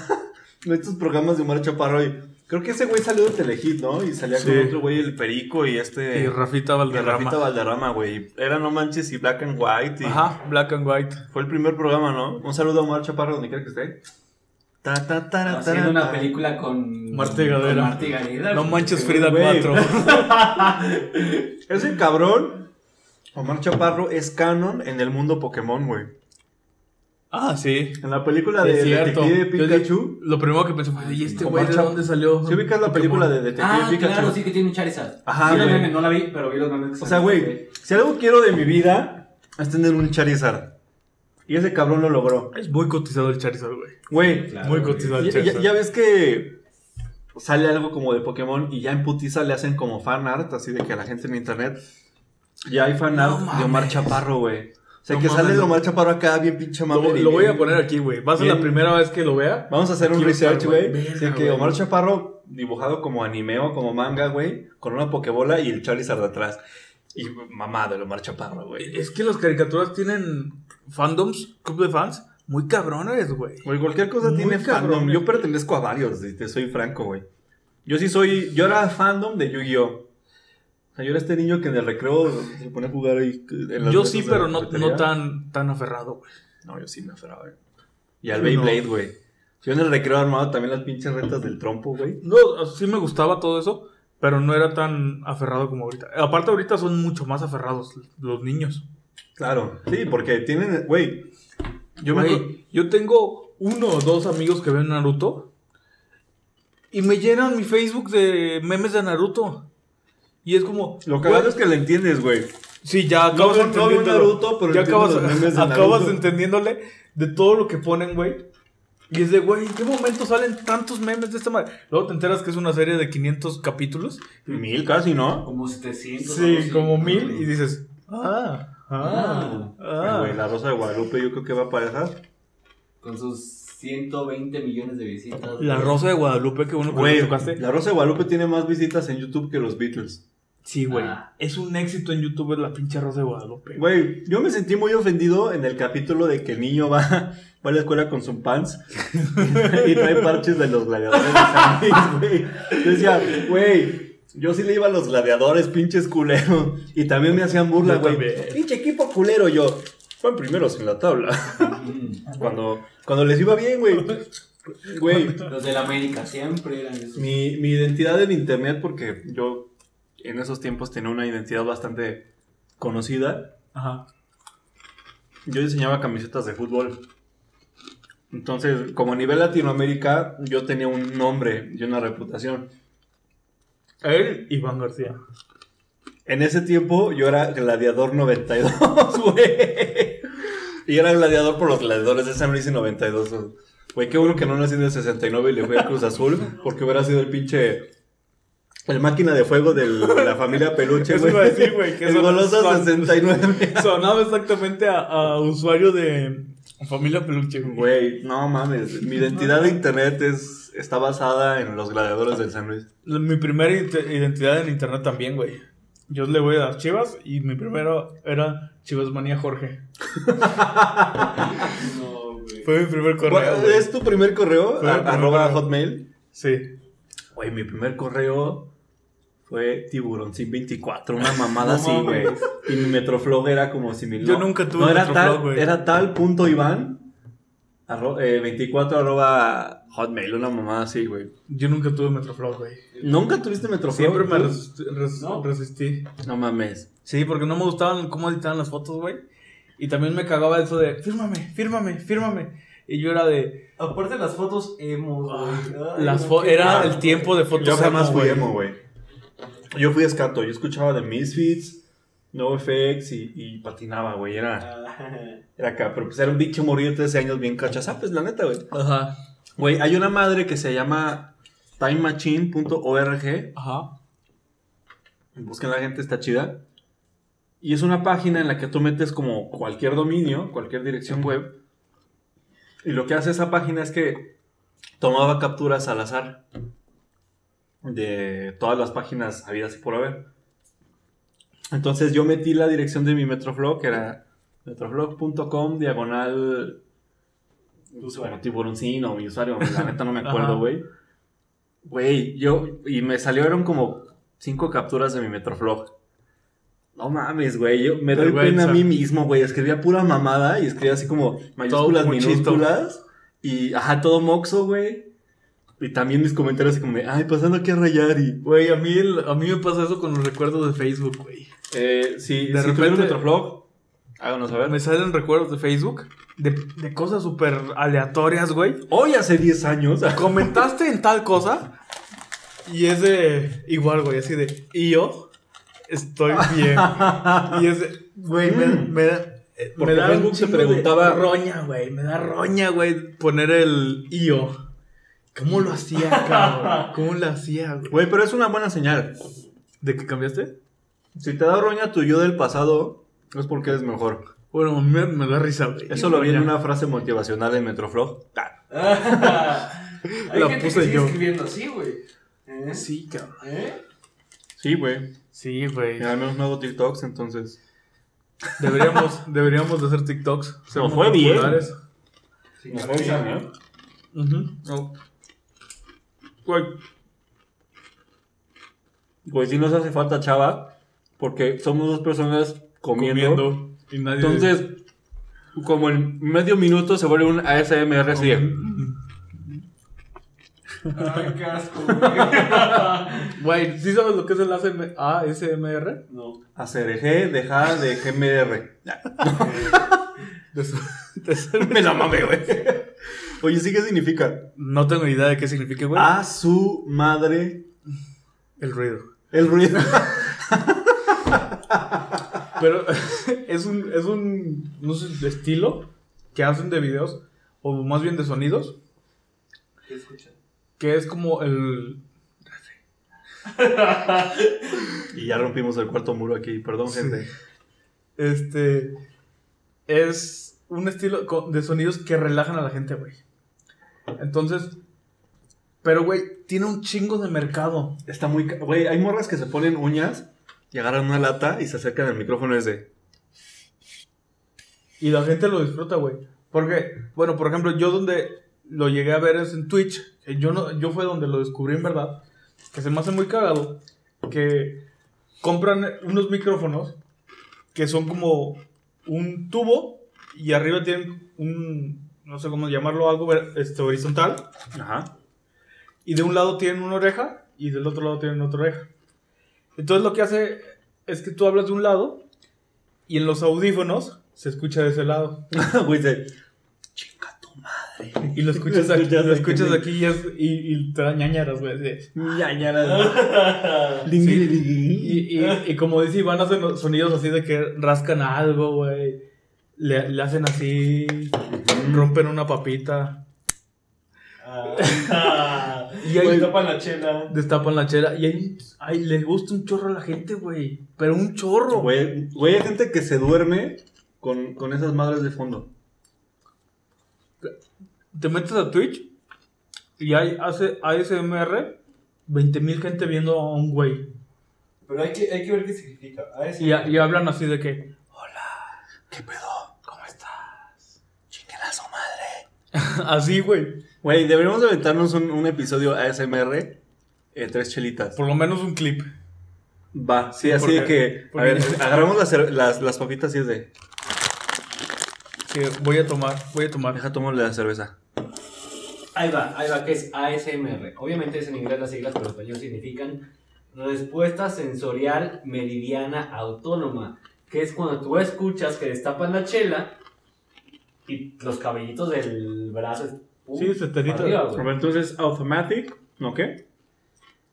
[SPEAKER 1] Estos programas de Omar Chaparro. y- Creo que ese güey salió de Telehit, ¿no? Y salía
[SPEAKER 2] Sí.
[SPEAKER 1] con otro güey, el Perico y este.
[SPEAKER 2] Y Rafita
[SPEAKER 1] y Rafita
[SPEAKER 2] Valderrama.
[SPEAKER 1] Valderrama, güey. Era No Manches y Black and White. Y
[SPEAKER 2] Ajá, Black and White.
[SPEAKER 1] Fue el primer programa, ¿no? Un saludo a Omar Chaparro, donde quiera que esté. Ta, ta, ta, ta,
[SPEAKER 4] Haciendo una
[SPEAKER 1] ta.
[SPEAKER 4] película con
[SPEAKER 2] Marta y Gadera.
[SPEAKER 4] con Marta y Gadera.
[SPEAKER 2] No manches Frida
[SPEAKER 1] güey.
[SPEAKER 2] 4.
[SPEAKER 1] Ese cabrón, Omar Chaparro, es canon en el mundo Pokémon, güey.
[SPEAKER 2] Ah, sí.
[SPEAKER 1] En la película
[SPEAKER 2] Es
[SPEAKER 1] de
[SPEAKER 2] cierto.
[SPEAKER 1] Detective
[SPEAKER 2] Yo di-
[SPEAKER 1] Pikachu.
[SPEAKER 2] Lo primero que pensé fue, ¿y este
[SPEAKER 1] Omar
[SPEAKER 2] güey de
[SPEAKER 1] Chap-
[SPEAKER 2] dónde salió?
[SPEAKER 1] ¿Se ubicas la
[SPEAKER 2] Pokémon.
[SPEAKER 1] película de Detective
[SPEAKER 4] Ah,
[SPEAKER 1] Pikachu?
[SPEAKER 4] claro, sí que tiene un Charizard.
[SPEAKER 1] Ajá,
[SPEAKER 4] Sí, la
[SPEAKER 1] güey.
[SPEAKER 4] meme, no la vi, pero vi los memes. que
[SPEAKER 1] O sea, güey, si algo quiero de mi vida es tener un Charizard. Y ese cabrón lo logró.
[SPEAKER 2] Es muy cotizado el Charizard, güey.
[SPEAKER 1] Güey,
[SPEAKER 4] Claro,
[SPEAKER 2] muy
[SPEAKER 4] güey.
[SPEAKER 2] cotizado el
[SPEAKER 1] ya, ya-
[SPEAKER 2] Charizard.
[SPEAKER 1] ya ves que sale algo como de Pokémon y ya en putiza le hacen como fan art, así de que a la gente en internet ya hay fan
[SPEAKER 2] No
[SPEAKER 1] art de Omar
[SPEAKER 2] mames.
[SPEAKER 1] Chaparro, güey. O sea,
[SPEAKER 2] No
[SPEAKER 1] que sale
[SPEAKER 2] mames.
[SPEAKER 1] el Omar Chaparro acá bien pinche
[SPEAKER 2] Lo,
[SPEAKER 1] mamón.
[SPEAKER 2] lo voy a poner aquí, güey. Va a ser
[SPEAKER 1] Bien.
[SPEAKER 2] la primera vez que lo vea.
[SPEAKER 1] Vamos a hacer un
[SPEAKER 2] Quiero estar,
[SPEAKER 1] research, güey.
[SPEAKER 2] güey.
[SPEAKER 1] De que
[SPEAKER 2] Verga,
[SPEAKER 1] Omar
[SPEAKER 2] güey.
[SPEAKER 1] Chaparro dibujado como anime o como manga, güey, con una pokebola y el Charizard atrás. Y mamado el Omar Chaparro, güey.
[SPEAKER 2] Es que las caricaturas tienen fandoms, club de fans, muy cabrones, güey.
[SPEAKER 1] Güey, cualquier cosa
[SPEAKER 2] Muy
[SPEAKER 1] tiene
[SPEAKER 2] cabrón, eh.
[SPEAKER 1] fandom.
[SPEAKER 2] güey.
[SPEAKER 1] Yo pertenezco a varios, si te soy franco, güey. Yo sí soy. Yo era fandom de Yu-Gi-Oh! O sea, yo era este niño que en el recreo se pone a jugar ahí. en las
[SPEAKER 2] Yo
[SPEAKER 1] mesas
[SPEAKER 2] sí,
[SPEAKER 1] de
[SPEAKER 2] pero
[SPEAKER 1] la
[SPEAKER 2] no,
[SPEAKER 1] cafetería.
[SPEAKER 2] no tan, tan aferrado, güey.
[SPEAKER 1] No, yo sí me aferraba, güey. Y al
[SPEAKER 2] Yo
[SPEAKER 1] Beyblade, güey. Yo en el recreo armado también las pinches retas del trompo, güey.
[SPEAKER 2] No, sí me gustaba todo eso, pero no era tan aferrado como ahorita. Aparte, ahorita son mucho más aferrados los niños.
[SPEAKER 1] Claro. Sí, porque tienen. Güey. Yo
[SPEAKER 2] Yo,
[SPEAKER 1] me. acuerdo-
[SPEAKER 2] Güey, yo tengo uno o dos amigos que ven Naruto y me llenan mi Facebook de memes de Naruto. Y es como.
[SPEAKER 1] Lo
[SPEAKER 2] güey,
[SPEAKER 1] cagado es que lo entiendes, güey.
[SPEAKER 2] Sí, ya acabas
[SPEAKER 1] No, no, no veo
[SPEAKER 2] entendiéndolo.
[SPEAKER 1] Naruto, pero
[SPEAKER 2] ya
[SPEAKER 1] entiendo
[SPEAKER 2] acabas,
[SPEAKER 1] los memes de
[SPEAKER 2] acabas
[SPEAKER 1] Naruto.
[SPEAKER 2] entendiéndole de todo lo que ponen, güey. Y es de, güey, ¿en qué momento salen tantos memes de esta madre? Luego te enteras que es una serie de 500 capítulos.
[SPEAKER 1] Mil casi, ¿no?
[SPEAKER 4] Como 700.
[SPEAKER 2] Sí,
[SPEAKER 4] algo así.
[SPEAKER 2] como mil. Y dices, ah, ah,
[SPEAKER 1] Ay, Güey,
[SPEAKER 2] ah.
[SPEAKER 1] la Rosa de Guadalupe, yo creo que va para esas.
[SPEAKER 4] Con sus 120 millones de visitas.
[SPEAKER 2] La Rosa de Guadalupe, qué bueno que
[SPEAKER 1] Güey,
[SPEAKER 2] lo tocaste.
[SPEAKER 1] la Rosa de Guadalupe tiene más visitas en YouTube que los Beatles.
[SPEAKER 2] Sí, güey.
[SPEAKER 4] Ah.
[SPEAKER 2] Es un éxito en YouTube la pinche Rosa de Guadalupe.
[SPEAKER 1] Güey, yo me sentí muy ofendido en el capítulo de que el niño va, va a la escuela con su pants y trae parches de los gladiadores de San Luis, güey. Yo decía, güey, yo sí le iba a los gladiadores, pinches culeros. Y también me hacían burla,
[SPEAKER 2] Yo
[SPEAKER 1] güey.
[SPEAKER 2] también.
[SPEAKER 1] Pinche equipo culero, yo. Fueron primeros en la tabla.
[SPEAKER 4] Mm.
[SPEAKER 1] Cuando, cuando les iba bien, güey. Güey,
[SPEAKER 4] Los de la América siempre eran esos.
[SPEAKER 1] mi, mi identidad en internet, porque yo en esos tiempos tenía una identidad bastante conocida.
[SPEAKER 2] Ajá.
[SPEAKER 1] Yo diseñaba camisetas de fútbol. Entonces, como a nivel Latinoamérica, yo tenía un nombre y una reputación.
[SPEAKER 2] Él, Iván García.
[SPEAKER 1] En ese tiempo yo era Gladiador 92, güey. Y era gladiador por los gladiadores de San Luis y 92. güey. Güey, qué bueno que no nací en el 69 y le fui a Cruz Azul, porque hubiera sido el pinche El máquina de fuego de la familia Peluche,
[SPEAKER 2] Eso
[SPEAKER 1] güey.
[SPEAKER 2] iba a decir, güey, que
[SPEAKER 1] El
[SPEAKER 2] son-
[SPEAKER 1] goloso
[SPEAKER 2] son-
[SPEAKER 1] 69.
[SPEAKER 2] Sonaba exactamente a, a usuario de Familia Peluche, güey.
[SPEAKER 1] Güey, no mames. Mi identidad de internet es, está basada en los gladiadores del San Luis.
[SPEAKER 2] La- Mi primera ide- identidad en internet también, güey. Yo le voy a dar Chivas y mi primero era Chivas Manía Jorge.
[SPEAKER 3] No, güey.
[SPEAKER 2] Fue mi primer correo. güey.
[SPEAKER 1] ¿Es tu primer correo?
[SPEAKER 2] Fue mi
[SPEAKER 1] Ar-
[SPEAKER 2] primer
[SPEAKER 1] arroba
[SPEAKER 2] correo.
[SPEAKER 1] hotmail.
[SPEAKER 2] Sí.
[SPEAKER 1] Güey, mi primer correo fue Tiburón sin 24, una mamada
[SPEAKER 3] No
[SPEAKER 1] así, güey.
[SPEAKER 3] mames.
[SPEAKER 1] Y mi Metroflog era como similar.
[SPEAKER 2] Yo nunca tuve
[SPEAKER 1] no, era
[SPEAKER 2] Metroflog,
[SPEAKER 1] tal,
[SPEAKER 2] güey.
[SPEAKER 1] Era tal punto Iván arro- eh, 24 arroba hotmail, una mamada así, güey.
[SPEAKER 2] Yo nunca tuve Metroflog, güey.
[SPEAKER 1] ¿Nunca tuviste Metroflog?
[SPEAKER 2] Siempre me
[SPEAKER 1] tú?
[SPEAKER 2] resist- res-
[SPEAKER 3] No.
[SPEAKER 2] resistí.
[SPEAKER 1] No mames.
[SPEAKER 2] Sí, porque no me gustaban cómo editaban las fotos, güey. Y también me cagaba eso de, fírmame, fírmame, fírmame. Y yo era de,
[SPEAKER 4] Aparte las fotos emo, güey. Ay,
[SPEAKER 2] las
[SPEAKER 4] no,
[SPEAKER 2] fo-
[SPEAKER 4] qué
[SPEAKER 2] era
[SPEAKER 4] mal.
[SPEAKER 2] el tiempo de fotos
[SPEAKER 1] Yo jamás
[SPEAKER 2] emo,
[SPEAKER 1] fui
[SPEAKER 2] güey.
[SPEAKER 1] emo, güey. Yo fui escato, yo escuchaba de Misfits, NoFX y, y patinaba, güey. Era,
[SPEAKER 3] Ah,
[SPEAKER 1] era acá, pero pues era un bicho morido de 13 años bien cachazapes, pues, la neta, güey.
[SPEAKER 2] Ajá,
[SPEAKER 1] Güey, hay una madre que se llama timemachine.org.
[SPEAKER 2] ajá.
[SPEAKER 1] Busquen la gente, está chida. Y es una página en la que tú metes como cualquier dominio, cualquier dirección web. Y lo que hace esa página es que tomaba capturas al azar de todas las páginas habidas y por haber. Entonces yo metí la dirección de mi Metroflog, que era metroflog.com diagonal pues,
[SPEAKER 3] usuario.
[SPEAKER 1] como tiburoncino, mi usuario, la neta no me
[SPEAKER 2] Ajá.
[SPEAKER 1] acuerdo, güey. Güey, yo, y me salieron como cinco capturas de mi Metroflog. No mames, güey, yo me doy
[SPEAKER 2] Vergüenza.
[SPEAKER 1] pena a mí mismo, güey, escribía pura mamada y escribía así como mayúsculas,
[SPEAKER 2] Todo muchito.
[SPEAKER 1] minúsculas y, ajá, todo moxo, güey. Y también mis comentarios así como, de, ay, pasando aquí a rayar y...
[SPEAKER 2] Güey, a mí, el- a mí me pasa eso con los recuerdos de Facebook, güey.
[SPEAKER 1] Eh, sí,
[SPEAKER 2] De
[SPEAKER 1] de repente...
[SPEAKER 2] repente-
[SPEAKER 1] Metroflog, háganos saber.
[SPEAKER 2] Me salen recuerdos de Facebook de, de cosas súper aleatorias, güey.
[SPEAKER 1] Hoy hace 10 años...
[SPEAKER 2] Comentaste en tal cosa y es de igual, güey, así de y yo estoy bien. y es de, güey, me,
[SPEAKER 1] Mm.
[SPEAKER 2] me da eh,
[SPEAKER 1] Porque
[SPEAKER 2] me da un
[SPEAKER 1] Facebook te
[SPEAKER 2] chingo
[SPEAKER 1] preguntaba-
[SPEAKER 2] de roña, güey, me da roña, güey, poner el y yo. ¿Cómo lo hacía, cabrón? ¿Cómo lo hacía, güey?
[SPEAKER 1] Güey, pero es una buena señal.
[SPEAKER 2] ¿De qué cambiaste?
[SPEAKER 1] Si te da roña tu yo del pasado, es porque eres mejor.
[SPEAKER 2] Bueno, a mí me, me da risa, güey.
[SPEAKER 1] Eso lo vi en
[SPEAKER 2] Roña.
[SPEAKER 1] una frase motivacional en Metroflog. Ah,
[SPEAKER 4] Hay
[SPEAKER 2] La
[SPEAKER 4] gente
[SPEAKER 2] puse
[SPEAKER 4] que sigue
[SPEAKER 2] yo.
[SPEAKER 4] escribiendo así, güey.
[SPEAKER 3] ¿Eh?
[SPEAKER 2] Sí, cabrón.
[SPEAKER 4] ¿Eh?
[SPEAKER 1] Sí, güey.
[SPEAKER 2] Sí, güey.
[SPEAKER 1] Mira, al menos no hago TikToks, entonces.
[SPEAKER 2] Deberíamos, deberíamos de hacer TikToks. Se
[SPEAKER 1] Nos fue bien.
[SPEAKER 4] Sí,
[SPEAKER 1] Nos fue
[SPEAKER 4] cabeza,
[SPEAKER 1] bien, ¿eh?
[SPEAKER 2] Güey,
[SPEAKER 1] Güey, Pues sí nos hace falta chava, porque somos dos personas comiendo.
[SPEAKER 2] comiendo. Y nadie...
[SPEAKER 1] Entonces, como en medio minuto se vuelve un ASMR así de,
[SPEAKER 4] Ay, qué asco, güey.
[SPEAKER 2] Güey, ¿sí sabes lo que es el ASM ASMR?
[SPEAKER 3] No.
[SPEAKER 1] hacer eje, dejar de GMR.
[SPEAKER 2] De su- de su-
[SPEAKER 1] Me la mame, güey. Oye, ¿sí qué significa?
[SPEAKER 2] No tengo idea de qué significa, güey.
[SPEAKER 1] A su madre
[SPEAKER 2] El ruido.
[SPEAKER 1] el ruido.
[SPEAKER 2] Pero es un, es un, no sé, de estilo que hacen de videos, o más bien de sonidos,
[SPEAKER 4] ¿Qué escuchas?
[SPEAKER 2] que es como el...
[SPEAKER 1] Y ya rompimos el cuarto muro aquí, perdón, gente.
[SPEAKER 2] Este. Es un estilo co- de sonidos que relajan a la gente, güey. Entonces. Pero, güey, tiene un chingo de mercado.
[SPEAKER 1] Está muy. ca- Güey, hay morras que se ponen uñas y agarran una lata y se acercan al micrófono y es de.
[SPEAKER 2] Y la gente lo disfruta, güey. Porque, bueno, por ejemplo, yo donde lo llegué a ver es en Twitch. que Yo, no, yo fue donde lo descubrí en verdad. Que se me hace muy cagado. Que compran unos micrófonos que son como un tubo y arriba tienen un, no sé cómo llamarlo, algo ver- este, horizontal.
[SPEAKER 1] Ajá.
[SPEAKER 2] Y de un lado tienen una oreja y del otro lado tienen otra oreja. Entonces lo que hace es que tú hablas de un lado y en los audífonos se escucha de ese lado.
[SPEAKER 1] Güey, de.
[SPEAKER 2] Y lo escuchas
[SPEAKER 1] Lo
[SPEAKER 2] aquí,
[SPEAKER 1] escuchas
[SPEAKER 2] lo
[SPEAKER 1] aquí,
[SPEAKER 2] escuchas
[SPEAKER 1] güey.
[SPEAKER 2] aquí y, es- y- y te da ñañaras, güey. de-
[SPEAKER 1] Ding,
[SPEAKER 2] Sí.
[SPEAKER 1] ding, ding, ding.
[SPEAKER 2] Y, y- y como dice Iván, hacen los sonidos así de que rascan algo, güey. Le, le hacen así, rompen una papita.
[SPEAKER 5] Ah,
[SPEAKER 2] Y ahí-
[SPEAKER 5] güey, tapan la chela.
[SPEAKER 2] Destapan la chela y ahí ay, les gusta un chorro a la gente, güey. Pero un chorro.
[SPEAKER 1] Güey, güey, hay gente que se duerme con, con esas madres de fondo.
[SPEAKER 2] Te metes a Twitch y hay hace ASMR, 20 mil gente viendo a un güey.
[SPEAKER 5] Pero hay que, hay que ver qué significa.
[SPEAKER 4] Ah,
[SPEAKER 5] A ver si-
[SPEAKER 2] Y, y hablan así de que,
[SPEAKER 1] ¿Qué pedo?
[SPEAKER 2] ¿cómo estás?
[SPEAKER 1] Chinguen a su madre.
[SPEAKER 2] Así, güey.
[SPEAKER 1] Güey, deberíamos aventarnos un, un episodio ASMR. eh, tres chelitas.
[SPEAKER 2] Por lo menos un clip.
[SPEAKER 1] Va, sí, así
[SPEAKER 2] porque-
[SPEAKER 1] de que. A
[SPEAKER 2] porque-
[SPEAKER 1] ver, agarramos las, cer- las, las papitas y es de.
[SPEAKER 2] Que voy a tomar, voy a tomar.
[SPEAKER 1] Deja tomo la cerveza.
[SPEAKER 4] Ahí va, ahí va, que es ASMR. Obviamente es en inglés las siglas, pero en español significan respuesta sensorial meridiana autónoma, que es cuando tú escuchas que destapan la chela y los cabellitos del brazo. es- ¡pum!
[SPEAKER 2] Sí, se te
[SPEAKER 4] para
[SPEAKER 2] irrita.
[SPEAKER 4] arriba, güey.
[SPEAKER 1] entonces, automatic. ¿No qué?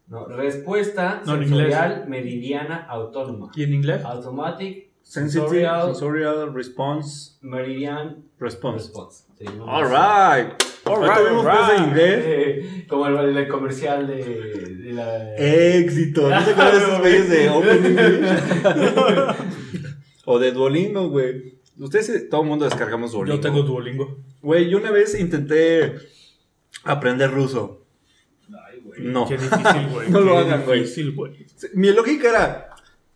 [SPEAKER 4] No, respuesta
[SPEAKER 2] No, en
[SPEAKER 4] sensorial meridiana autónoma.
[SPEAKER 2] ¿Y en inglés?
[SPEAKER 4] Automatic
[SPEAKER 1] Sensitive.
[SPEAKER 4] Sensorial-
[SPEAKER 1] Sensorial response.
[SPEAKER 4] meridian
[SPEAKER 1] Response.
[SPEAKER 4] response. Sí, no, no sé.
[SPEAKER 1] Alright. Ahorita
[SPEAKER 2] right,
[SPEAKER 1] vimos
[SPEAKER 2] all
[SPEAKER 1] cosas en
[SPEAKER 2] right.
[SPEAKER 1] inglés.
[SPEAKER 4] Eh, como el, el comercial de, de la...
[SPEAKER 1] Eh, Éxito. ¿No te acuerdas de esos güeyes de Open English? o de Duolingo, güey. Ustedes, eh, todo el mundo descargamos Duolingo.
[SPEAKER 2] Yo tengo Duolingo.
[SPEAKER 1] Güey, yo una vez intenté aprender ruso. No.
[SPEAKER 2] Qué difícil, güey.
[SPEAKER 1] No lo
[SPEAKER 2] Qué
[SPEAKER 1] hagan, güey.
[SPEAKER 2] difícil, güey.
[SPEAKER 1] Mi lógica era: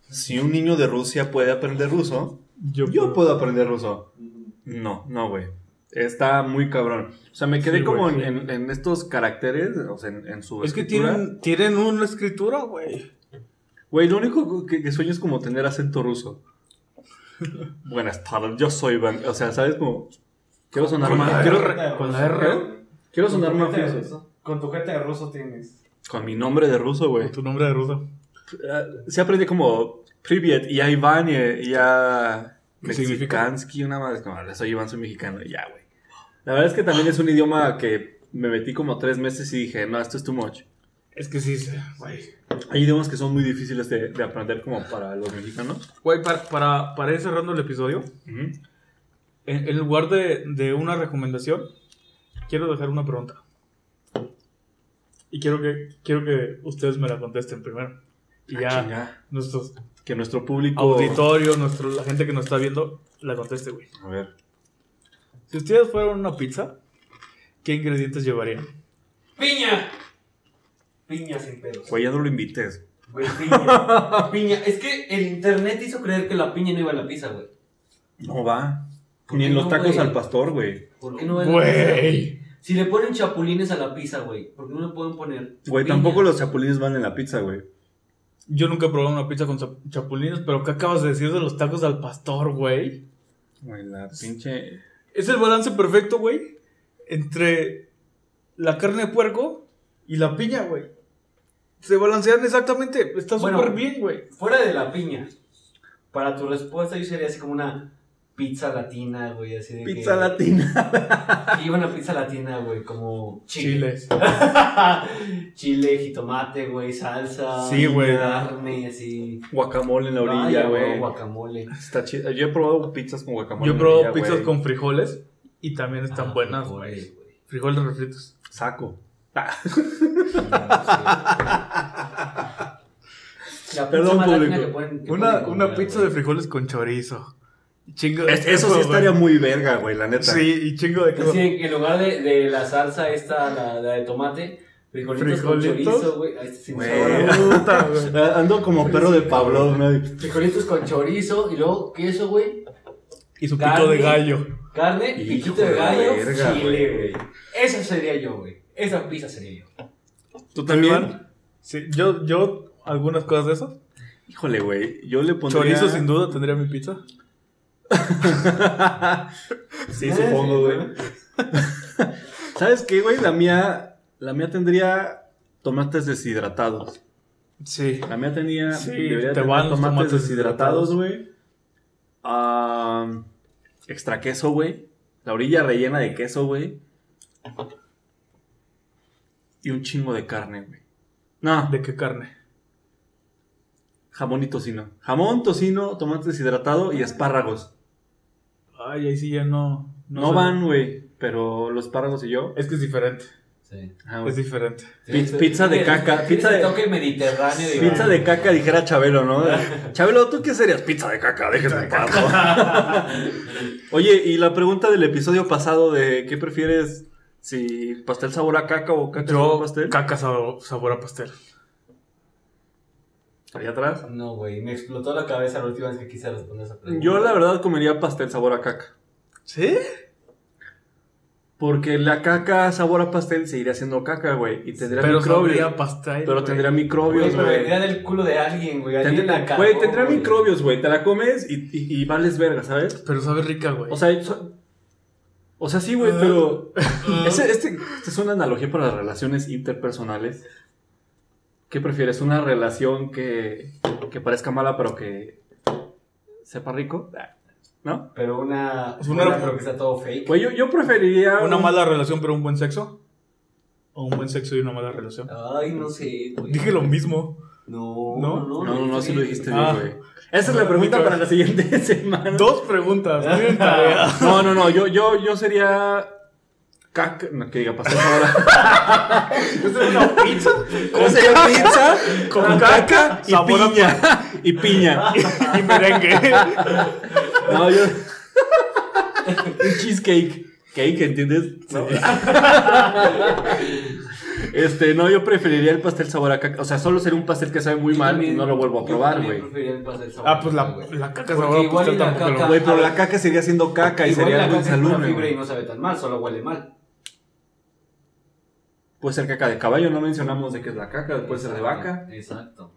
[SPEAKER 1] si un niño de Rusia puede aprender ruso, yo puedo aprender ruso. No, no, güey. Está muy cabrón. O sea, me quedé
[SPEAKER 2] Sí, güey,
[SPEAKER 1] como en,
[SPEAKER 2] sí.
[SPEAKER 1] en- en estos caracteres, o sea, en, en su.
[SPEAKER 2] Es que
[SPEAKER 1] escritura.
[SPEAKER 2] tienen, tienen una escritura, güey.
[SPEAKER 1] Güey, lo único que, que sueño es como tener acento ruso. Buenas tardes, yo soy Iván. O sea, ¿sabes? Como. Quiero sonar
[SPEAKER 2] Con
[SPEAKER 1] más.
[SPEAKER 2] la
[SPEAKER 1] Quiero,
[SPEAKER 2] R.
[SPEAKER 1] re-
[SPEAKER 2] con la R.
[SPEAKER 1] quiero
[SPEAKER 5] Con tu
[SPEAKER 1] sonar más
[SPEAKER 5] jeta de
[SPEAKER 1] ruso.
[SPEAKER 5] ruso. Con tu jeta de ruso tienes.
[SPEAKER 1] Con mi nombre de ruso, güey.
[SPEAKER 2] Tu nombre de ruso.
[SPEAKER 1] Eh, se aprende como Privet y a Iván y a- y a
[SPEAKER 2] ¿Qué significa?
[SPEAKER 1] Mexicansky, una madre. Como, "Hola, soy Iván, soy mexicano. y Ya, güey. La verdad es que también es un idioma que me metí como tres meses y dije, no, esto es too much.
[SPEAKER 2] Es que sí, sí, güey.
[SPEAKER 1] Hay idiomas que son muy difíciles de, de aprender como para los mexicanos.
[SPEAKER 2] Güey, para, para, para ir cerrando el episodio,
[SPEAKER 1] Ujú.
[SPEAKER 2] en, en lugar de, de una recomendación, quiero dejar una pregunta. Y quiero que, quiero que ustedes me la contesten primero. Y ya
[SPEAKER 1] Ah, Chinga, Ah,
[SPEAKER 2] nuestros
[SPEAKER 1] Que nuestro público.
[SPEAKER 2] auditorios, nuestro, la gente que nos está viendo, la conteste, güey.
[SPEAKER 1] A ver.
[SPEAKER 2] Si ustedes fueran una pizza, ¿qué ingredientes llevarían?
[SPEAKER 4] ¡Piña!
[SPEAKER 5] Piña sin pedos.
[SPEAKER 1] Güey, ya no lo invites.
[SPEAKER 5] Güey, piña.
[SPEAKER 4] Piña, es que el internet hizo creer que la piña no iba a la pizza, güey.
[SPEAKER 1] No va.
[SPEAKER 4] ¿Por
[SPEAKER 1] Ni
[SPEAKER 4] qué
[SPEAKER 1] en los
[SPEAKER 4] no,
[SPEAKER 1] tacos
[SPEAKER 4] güey?
[SPEAKER 1] al pastor, güey.
[SPEAKER 4] ¿Por qué no va a la pizza?
[SPEAKER 2] Güey.
[SPEAKER 4] Si le ponen chapulines a la pizza, güey, ¿por qué no le pueden poner?
[SPEAKER 1] Güey,
[SPEAKER 4] piña?
[SPEAKER 1] tampoco los chapulines van en la pizza, güey.
[SPEAKER 2] Yo nunca he probado una pizza con chap- chapulines, pero ¿qué acabas de decir de los tacos al pastor, güey?
[SPEAKER 1] Güey, la pinche.
[SPEAKER 2] Es el balance perfecto, güey, entre la carne de puerco y la piña, güey. Se balancean exactamente, está
[SPEAKER 4] Bueno.
[SPEAKER 2] súper bien, güey.
[SPEAKER 4] Fuera de la piña. Para tu respuesta, yo sería así como una pizza latina, güey, así de que-
[SPEAKER 1] Pizza latina.
[SPEAKER 4] Sí, una pizza latina, güey, como chile.
[SPEAKER 2] Chiles.
[SPEAKER 4] chile, jitomate, güey, salsa.
[SPEAKER 2] Sí, güey.
[SPEAKER 4] Carne, así.
[SPEAKER 1] Guacamole en la
[SPEAKER 4] Vaya,
[SPEAKER 1] orilla, güey.
[SPEAKER 4] Guacamole.
[SPEAKER 1] Está chido. Yo he probado pizzas con guacamole.
[SPEAKER 2] Yo
[SPEAKER 1] en la
[SPEAKER 2] he probado
[SPEAKER 1] orilla,
[SPEAKER 2] pizzas
[SPEAKER 1] güey.
[SPEAKER 2] con frijoles y también están
[SPEAKER 4] Ah,
[SPEAKER 2] buenas,
[SPEAKER 4] frijoles,
[SPEAKER 2] güey. Frijoles refritos.
[SPEAKER 1] Saco.
[SPEAKER 4] La
[SPEAKER 1] Perdón,
[SPEAKER 4] pizza más latina
[SPEAKER 1] público.
[SPEAKER 4] que pueden- que
[SPEAKER 2] Una,
[SPEAKER 4] pueden comer,
[SPEAKER 2] una pizza
[SPEAKER 4] güey.
[SPEAKER 2] de frijoles con chorizo. Chingo de
[SPEAKER 1] Es- eso sí
[SPEAKER 2] queso, güey.
[SPEAKER 1] estaría muy verga, güey, la neta.
[SPEAKER 2] Sí, y chingo de queso.
[SPEAKER 4] Así en, en lugar de, de la salsa esta, la, la de tomate, frijolitos,
[SPEAKER 2] ¿Frijolitos?
[SPEAKER 4] con chorizo, güey. Ahí está sin
[SPEAKER 1] Güey.
[SPEAKER 4] sabor, güey.
[SPEAKER 2] Puta, güey.
[SPEAKER 1] Ah, Ando como perro de Pablo. ¿no?
[SPEAKER 4] Frijolitos con chorizo y luego queso, güey.
[SPEAKER 2] Y su
[SPEAKER 4] Carne.
[SPEAKER 2] pico de gallo.
[SPEAKER 4] Carne,
[SPEAKER 1] Hijo
[SPEAKER 4] piquito de
[SPEAKER 1] de la
[SPEAKER 4] gallo,
[SPEAKER 1] verga,
[SPEAKER 4] chile,
[SPEAKER 1] güey.
[SPEAKER 4] güey. Esa sería yo, güey. Esa pizza sería yo.
[SPEAKER 1] ¿Tú
[SPEAKER 2] Iván? Sí, yo, yo, algunas cosas de eso.
[SPEAKER 1] Híjole, güey. Yo le pondría.
[SPEAKER 2] Chorizo, sin duda, tendría mi pizza.
[SPEAKER 1] Sí, supongo, güey. ¿Sabes qué, güey? La mía. La mía tendría tomates deshidratados.
[SPEAKER 2] Sí.
[SPEAKER 1] La mía tenía.
[SPEAKER 2] Sí,
[SPEAKER 1] debería
[SPEAKER 2] te
[SPEAKER 1] tener
[SPEAKER 2] van los
[SPEAKER 1] tomates,
[SPEAKER 2] tomates
[SPEAKER 1] deshidratados, güey. Ah, extra queso, güey. La orilla rellena de queso, güey. Y un chingo de carne, güey. No,
[SPEAKER 2] ¿De qué carne?
[SPEAKER 1] jamón y tocino. Jamón, tocino, tomate deshidratado
[SPEAKER 2] Ah,
[SPEAKER 1] y espárragos.
[SPEAKER 2] Ay, ahí sí ya no.
[SPEAKER 1] No,
[SPEAKER 2] sé.
[SPEAKER 1] van, güey. Pero los espárragos y yo.
[SPEAKER 2] Es que es diferente.
[SPEAKER 4] Sí. Este,
[SPEAKER 1] Ah,
[SPEAKER 2] Es
[SPEAKER 1] güey.
[SPEAKER 2] diferente.
[SPEAKER 1] Pi- pizza de caca, pizza de-
[SPEAKER 4] toque mediterráneo. digamos.
[SPEAKER 1] Pizza de caca, dijera Chabelo, ¿no? Chabelo, ¿tú qué serías? Pizza de caca, déjenme en paz, ¿no? Oye, y la pregunta del episodio pasado de ¿qué prefieres? Si pastel sabor a caca o caca sabor
[SPEAKER 2] Yo,
[SPEAKER 1] a pastel.
[SPEAKER 2] caca sabor, sabor a pastel.
[SPEAKER 1] Allá atrás.
[SPEAKER 4] No, güey, me explotó la cabeza la última vez que quise responder esa pregunta.
[SPEAKER 1] Yo la verdad comería pastel sabor a caca.
[SPEAKER 2] ¿Sí?
[SPEAKER 1] Porque la caca sabor a pastel seguiría siendo caca, güey. Y tendría
[SPEAKER 2] Pero
[SPEAKER 1] microbios.
[SPEAKER 2] sabría pastel.
[SPEAKER 1] Pero
[SPEAKER 2] güey.
[SPEAKER 1] tendría
[SPEAKER 4] Güey,
[SPEAKER 1] microbios,
[SPEAKER 4] pero
[SPEAKER 1] güey.
[SPEAKER 4] venía del culo de alguien, güey. alguien la
[SPEAKER 1] Tendría,
[SPEAKER 4] cagó,
[SPEAKER 1] güey, tendría
[SPEAKER 4] güey.
[SPEAKER 1] microbios, güey. Te la comes y, y, y vales verga, ¿sabes?
[SPEAKER 2] Pero sabe rica, güey.
[SPEAKER 1] O sea, so- o sea sí, güey, pero.
[SPEAKER 2] Mm.
[SPEAKER 1] Ese- este, esta es una analogía para las relaciones interpersonales. ¿Qué prefieres? ¿Una relación que, que parezca mala pero que sepa rico? Ah, ¿No?
[SPEAKER 4] Pero una.
[SPEAKER 2] Es una-
[SPEAKER 4] una pero que está todo fake.
[SPEAKER 1] Güey, yo, yo preferiría.
[SPEAKER 2] ¿Una
[SPEAKER 1] un-
[SPEAKER 2] mala relación pero un buen sexo? ¿O un buen sexo y una mala relación?
[SPEAKER 4] Ay, no sé, güey.
[SPEAKER 2] Dije lo mismo.
[SPEAKER 4] No,
[SPEAKER 2] No,
[SPEAKER 4] no,
[SPEAKER 1] No, no, no, sí lo dijiste
[SPEAKER 2] Ah.
[SPEAKER 1] bien, güey. Esa es la pregunta para la siguiente semana.
[SPEAKER 2] Dos preguntas. tienen tarea.
[SPEAKER 1] No, no, no, yo, yo, yo sería. Caca. No, que diga, pastel ahora.
[SPEAKER 2] una pizza
[SPEAKER 1] Yo sería pizza con caca y
[SPEAKER 2] sabor a
[SPEAKER 1] piña. Y piña.
[SPEAKER 2] y merengue.
[SPEAKER 1] No, yo. Un cheesecake. Cake, ¿entiendes? No. este, no, yo preferiría el pastel sabor a caca. O sea, solo sería un pastel que sabe muy
[SPEAKER 4] Yo
[SPEAKER 1] mal
[SPEAKER 4] también-
[SPEAKER 1] y no lo vuelvo a
[SPEAKER 4] yo
[SPEAKER 1] probar,
[SPEAKER 4] también
[SPEAKER 1] güey.
[SPEAKER 4] preferiría el pastel sabor
[SPEAKER 2] Ah, pues la,
[SPEAKER 4] güey.
[SPEAKER 2] la caca
[SPEAKER 4] Porque
[SPEAKER 2] sabor a
[SPEAKER 4] igual y
[SPEAKER 2] pastel
[SPEAKER 4] la
[SPEAKER 2] tampoco
[SPEAKER 4] caca-
[SPEAKER 2] lo...
[SPEAKER 1] Güey, pero la caca seguiría siendo caca y
[SPEAKER 4] Igual
[SPEAKER 1] sería
[SPEAKER 4] la
[SPEAKER 1] algo
[SPEAKER 4] caca es pura
[SPEAKER 1] insalubre.
[SPEAKER 4] fibra y
[SPEAKER 1] güey.
[SPEAKER 4] no sabe tan mal, solo huele mal.
[SPEAKER 1] Puede ser caca de caballo, no mencionamos de qué es la caca, puede ser de vaca.
[SPEAKER 4] Exacto.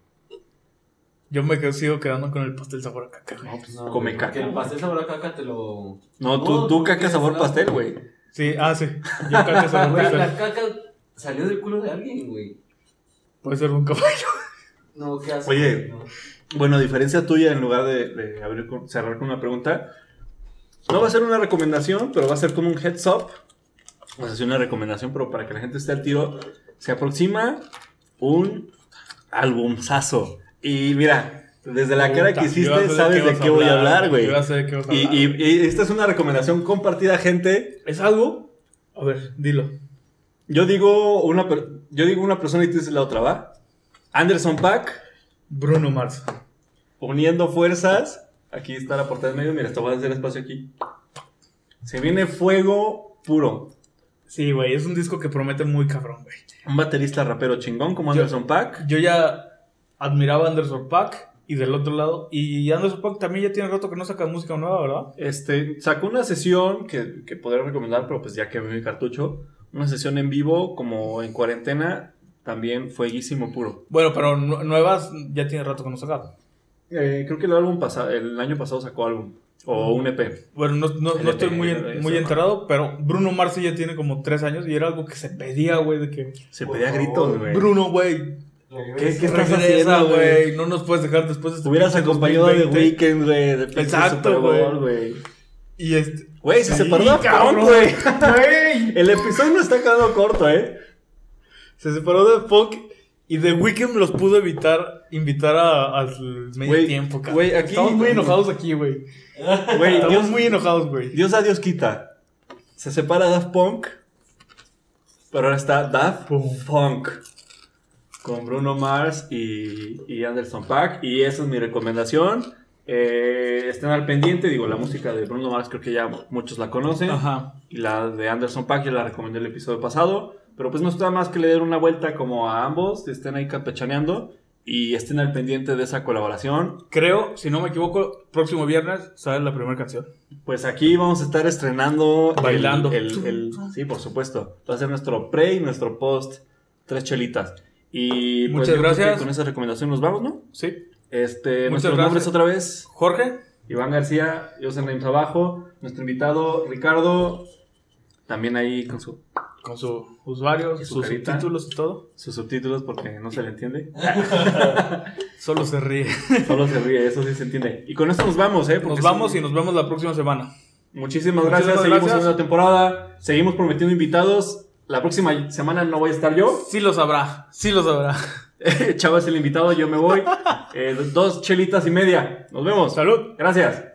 [SPEAKER 2] Yo me quedo, sigo quedando con el pastel sabor a caca, güey.
[SPEAKER 1] No, pues come
[SPEAKER 4] Que el
[SPEAKER 1] caca.
[SPEAKER 4] pastel sabor a caca te lo.
[SPEAKER 1] No, tú,
[SPEAKER 4] No,
[SPEAKER 1] tú
[SPEAKER 4] tú
[SPEAKER 1] caca
[SPEAKER 4] tienes
[SPEAKER 1] sabor
[SPEAKER 4] la-
[SPEAKER 1] pastel, güey.
[SPEAKER 2] Sí, ah, sí. Yo caca sabor a
[SPEAKER 4] Güey,
[SPEAKER 2] pastel.
[SPEAKER 4] la caca salió del culo de alguien, güey.
[SPEAKER 2] Puede ser un caballo.
[SPEAKER 4] No, ¿qué haces?
[SPEAKER 1] Oye.
[SPEAKER 4] No.
[SPEAKER 1] Bueno, a diferencia tuya, en lugar de, de abrir con- cerrar con una pregunta, no va a ser una recomendación, pero va a ser como un heads up. O sea, sí una recomendación, pero para que la gente esté al tiro, se aproxima un albumzazo. Y mira, desde la cara que
[SPEAKER 2] Yo ya
[SPEAKER 1] hiciste,
[SPEAKER 2] sé
[SPEAKER 1] sabes de
[SPEAKER 2] vas
[SPEAKER 1] qué voy a hablar, güey.
[SPEAKER 2] Yo ya sé de qué vas a
[SPEAKER 1] Y,
[SPEAKER 2] hablar.
[SPEAKER 1] y- y esta es una recomendación compartida, gente.
[SPEAKER 2] ¿Es algo? A ver, dilo.
[SPEAKER 1] Yo digo una, per- yo digo una persona y tú dices la otra, ¿va? Anderson Pack.
[SPEAKER 2] Bruno Mars.
[SPEAKER 1] uniendo fuerzas. Aquí está la portada en medio. Mira, esto va a hacer espacio aquí. Se viene fuego puro.
[SPEAKER 2] Sí, güey, es un disco que promete muy cabrón, güey.
[SPEAKER 1] Un baterista rapero chingón como
[SPEAKER 2] Yo-
[SPEAKER 1] Anderson Pack.
[SPEAKER 2] Yo ya admiraba a Anderson Pack y del otro lado. Y Anderson Pack también ya tiene rato que no saca música nueva, ¿verdad?
[SPEAKER 1] Este, sacó una sesión que, que podría recomendar, pero pues ya que mi cartucho. Una sesión en vivo, como en cuarentena, también fueguísimo puro.
[SPEAKER 2] Bueno, pero nu- nuevas ya tiene rato que no saca.
[SPEAKER 1] Eh, creo que el álbum pasa, el año pasado sacó álbum. O un E EP.
[SPEAKER 2] Bueno, no, no- no estoy muy,
[SPEAKER 1] LP,
[SPEAKER 2] muy
[SPEAKER 1] eso.
[SPEAKER 2] enterado, pero Bruno Mars sí ya tiene como tres años y era algo que se pedía, güey, de que.
[SPEAKER 1] Se
[SPEAKER 5] Por
[SPEAKER 1] pedía
[SPEAKER 5] favor,
[SPEAKER 1] gritos, güey.
[SPEAKER 2] Bruno, güey,
[SPEAKER 1] ¿Qué, qué estás
[SPEAKER 2] regresa,
[SPEAKER 1] haciendo, güey?
[SPEAKER 2] güey. No nos puedes dejar después de este
[SPEAKER 1] Hubieras
[SPEAKER 2] pinche
[SPEAKER 1] acompañado de
[SPEAKER 2] 2020".
[SPEAKER 1] Weekend, güey. de pinche
[SPEAKER 2] Exacto,
[SPEAKER 1] Super Bowl, güey.
[SPEAKER 2] Y este.
[SPEAKER 1] Güey, se
[SPEAKER 2] Sí,
[SPEAKER 1] separó de
[SPEAKER 2] cabrón.
[SPEAKER 1] Punk, güey. El episodio no está quedando corto, ¿eh?
[SPEAKER 2] Se separó de Funk y The Weeknd los pudo evitar, invitar a- al medio
[SPEAKER 1] Güey,
[SPEAKER 2] tiempo, cabrón.
[SPEAKER 1] güey, aquí-
[SPEAKER 2] Estamos muy enojados aquí, güey.
[SPEAKER 1] Güey, Dios,
[SPEAKER 2] Estamos muy enojados, güey.
[SPEAKER 1] Dios da, Dios quita. Se separa Daft Punk, pero ahora está Daft
[SPEAKER 2] Pum.
[SPEAKER 1] Funk con Bruno Mars y, y Anderson Paak. Y esa es mi recomendación. Eh, estén al pendiente, digo, la música de Bruno Mars creo que ya muchos la conocen.
[SPEAKER 2] Ajá.
[SPEAKER 1] Y la de Anderson Paak ya la recomendé el episodio pasado. Pero pues no está más que le den una vuelta como a ambos, estén ahí campechaneando y estén al pendiente de esa colaboración.
[SPEAKER 2] Creo, si no me equivoco, próximo viernes sale la primera canción.
[SPEAKER 1] Pues aquí vamos a estar estrenando. el-
[SPEAKER 2] Bailando.
[SPEAKER 1] El, el- sí, por supuesto. Va a ser nuestro pre y nuestro post. Tres chelitas. Y pues,
[SPEAKER 2] Muchas
[SPEAKER 1] yo creo que
[SPEAKER 2] gracias.
[SPEAKER 1] Con esa recomendación nos vamos, ¿no?
[SPEAKER 2] ¿Sí?
[SPEAKER 1] Este,
[SPEAKER 2] Muchas
[SPEAKER 1] nuestros
[SPEAKER 2] gracias.
[SPEAKER 1] nombres otra vez.
[SPEAKER 2] Jorge,
[SPEAKER 1] Iván García, yo soy Naim Abajo. Nuestro invitado, Ricardo. También ahí con su-
[SPEAKER 2] con su usuario,
[SPEAKER 1] Y su
[SPEAKER 2] sus
[SPEAKER 1] carita.
[SPEAKER 2] subtítulos y todo.
[SPEAKER 1] sus subtítulos porque no se le entiende.
[SPEAKER 2] Solo se ríe.
[SPEAKER 1] Solo se ríe, eso sí se entiende. Y con esto nos vamos, ¿eh? Porque
[SPEAKER 2] Nos vamos
[SPEAKER 1] sí-
[SPEAKER 2] y nos vemos la próxima semana.
[SPEAKER 1] Muchísimas
[SPEAKER 2] Muchísimas
[SPEAKER 1] gracias. Seguimos
[SPEAKER 2] gracias.
[SPEAKER 1] en una temporada. Seguimos prometiendo invitados. La próxima semana no voy a estar yo.
[SPEAKER 2] Sí lo sabrá, sí lo sabrá.
[SPEAKER 1] Chava es el invitado, yo me voy. Eh, dos chelitas y media. Nos vemos.
[SPEAKER 2] Salud.
[SPEAKER 1] Gracias.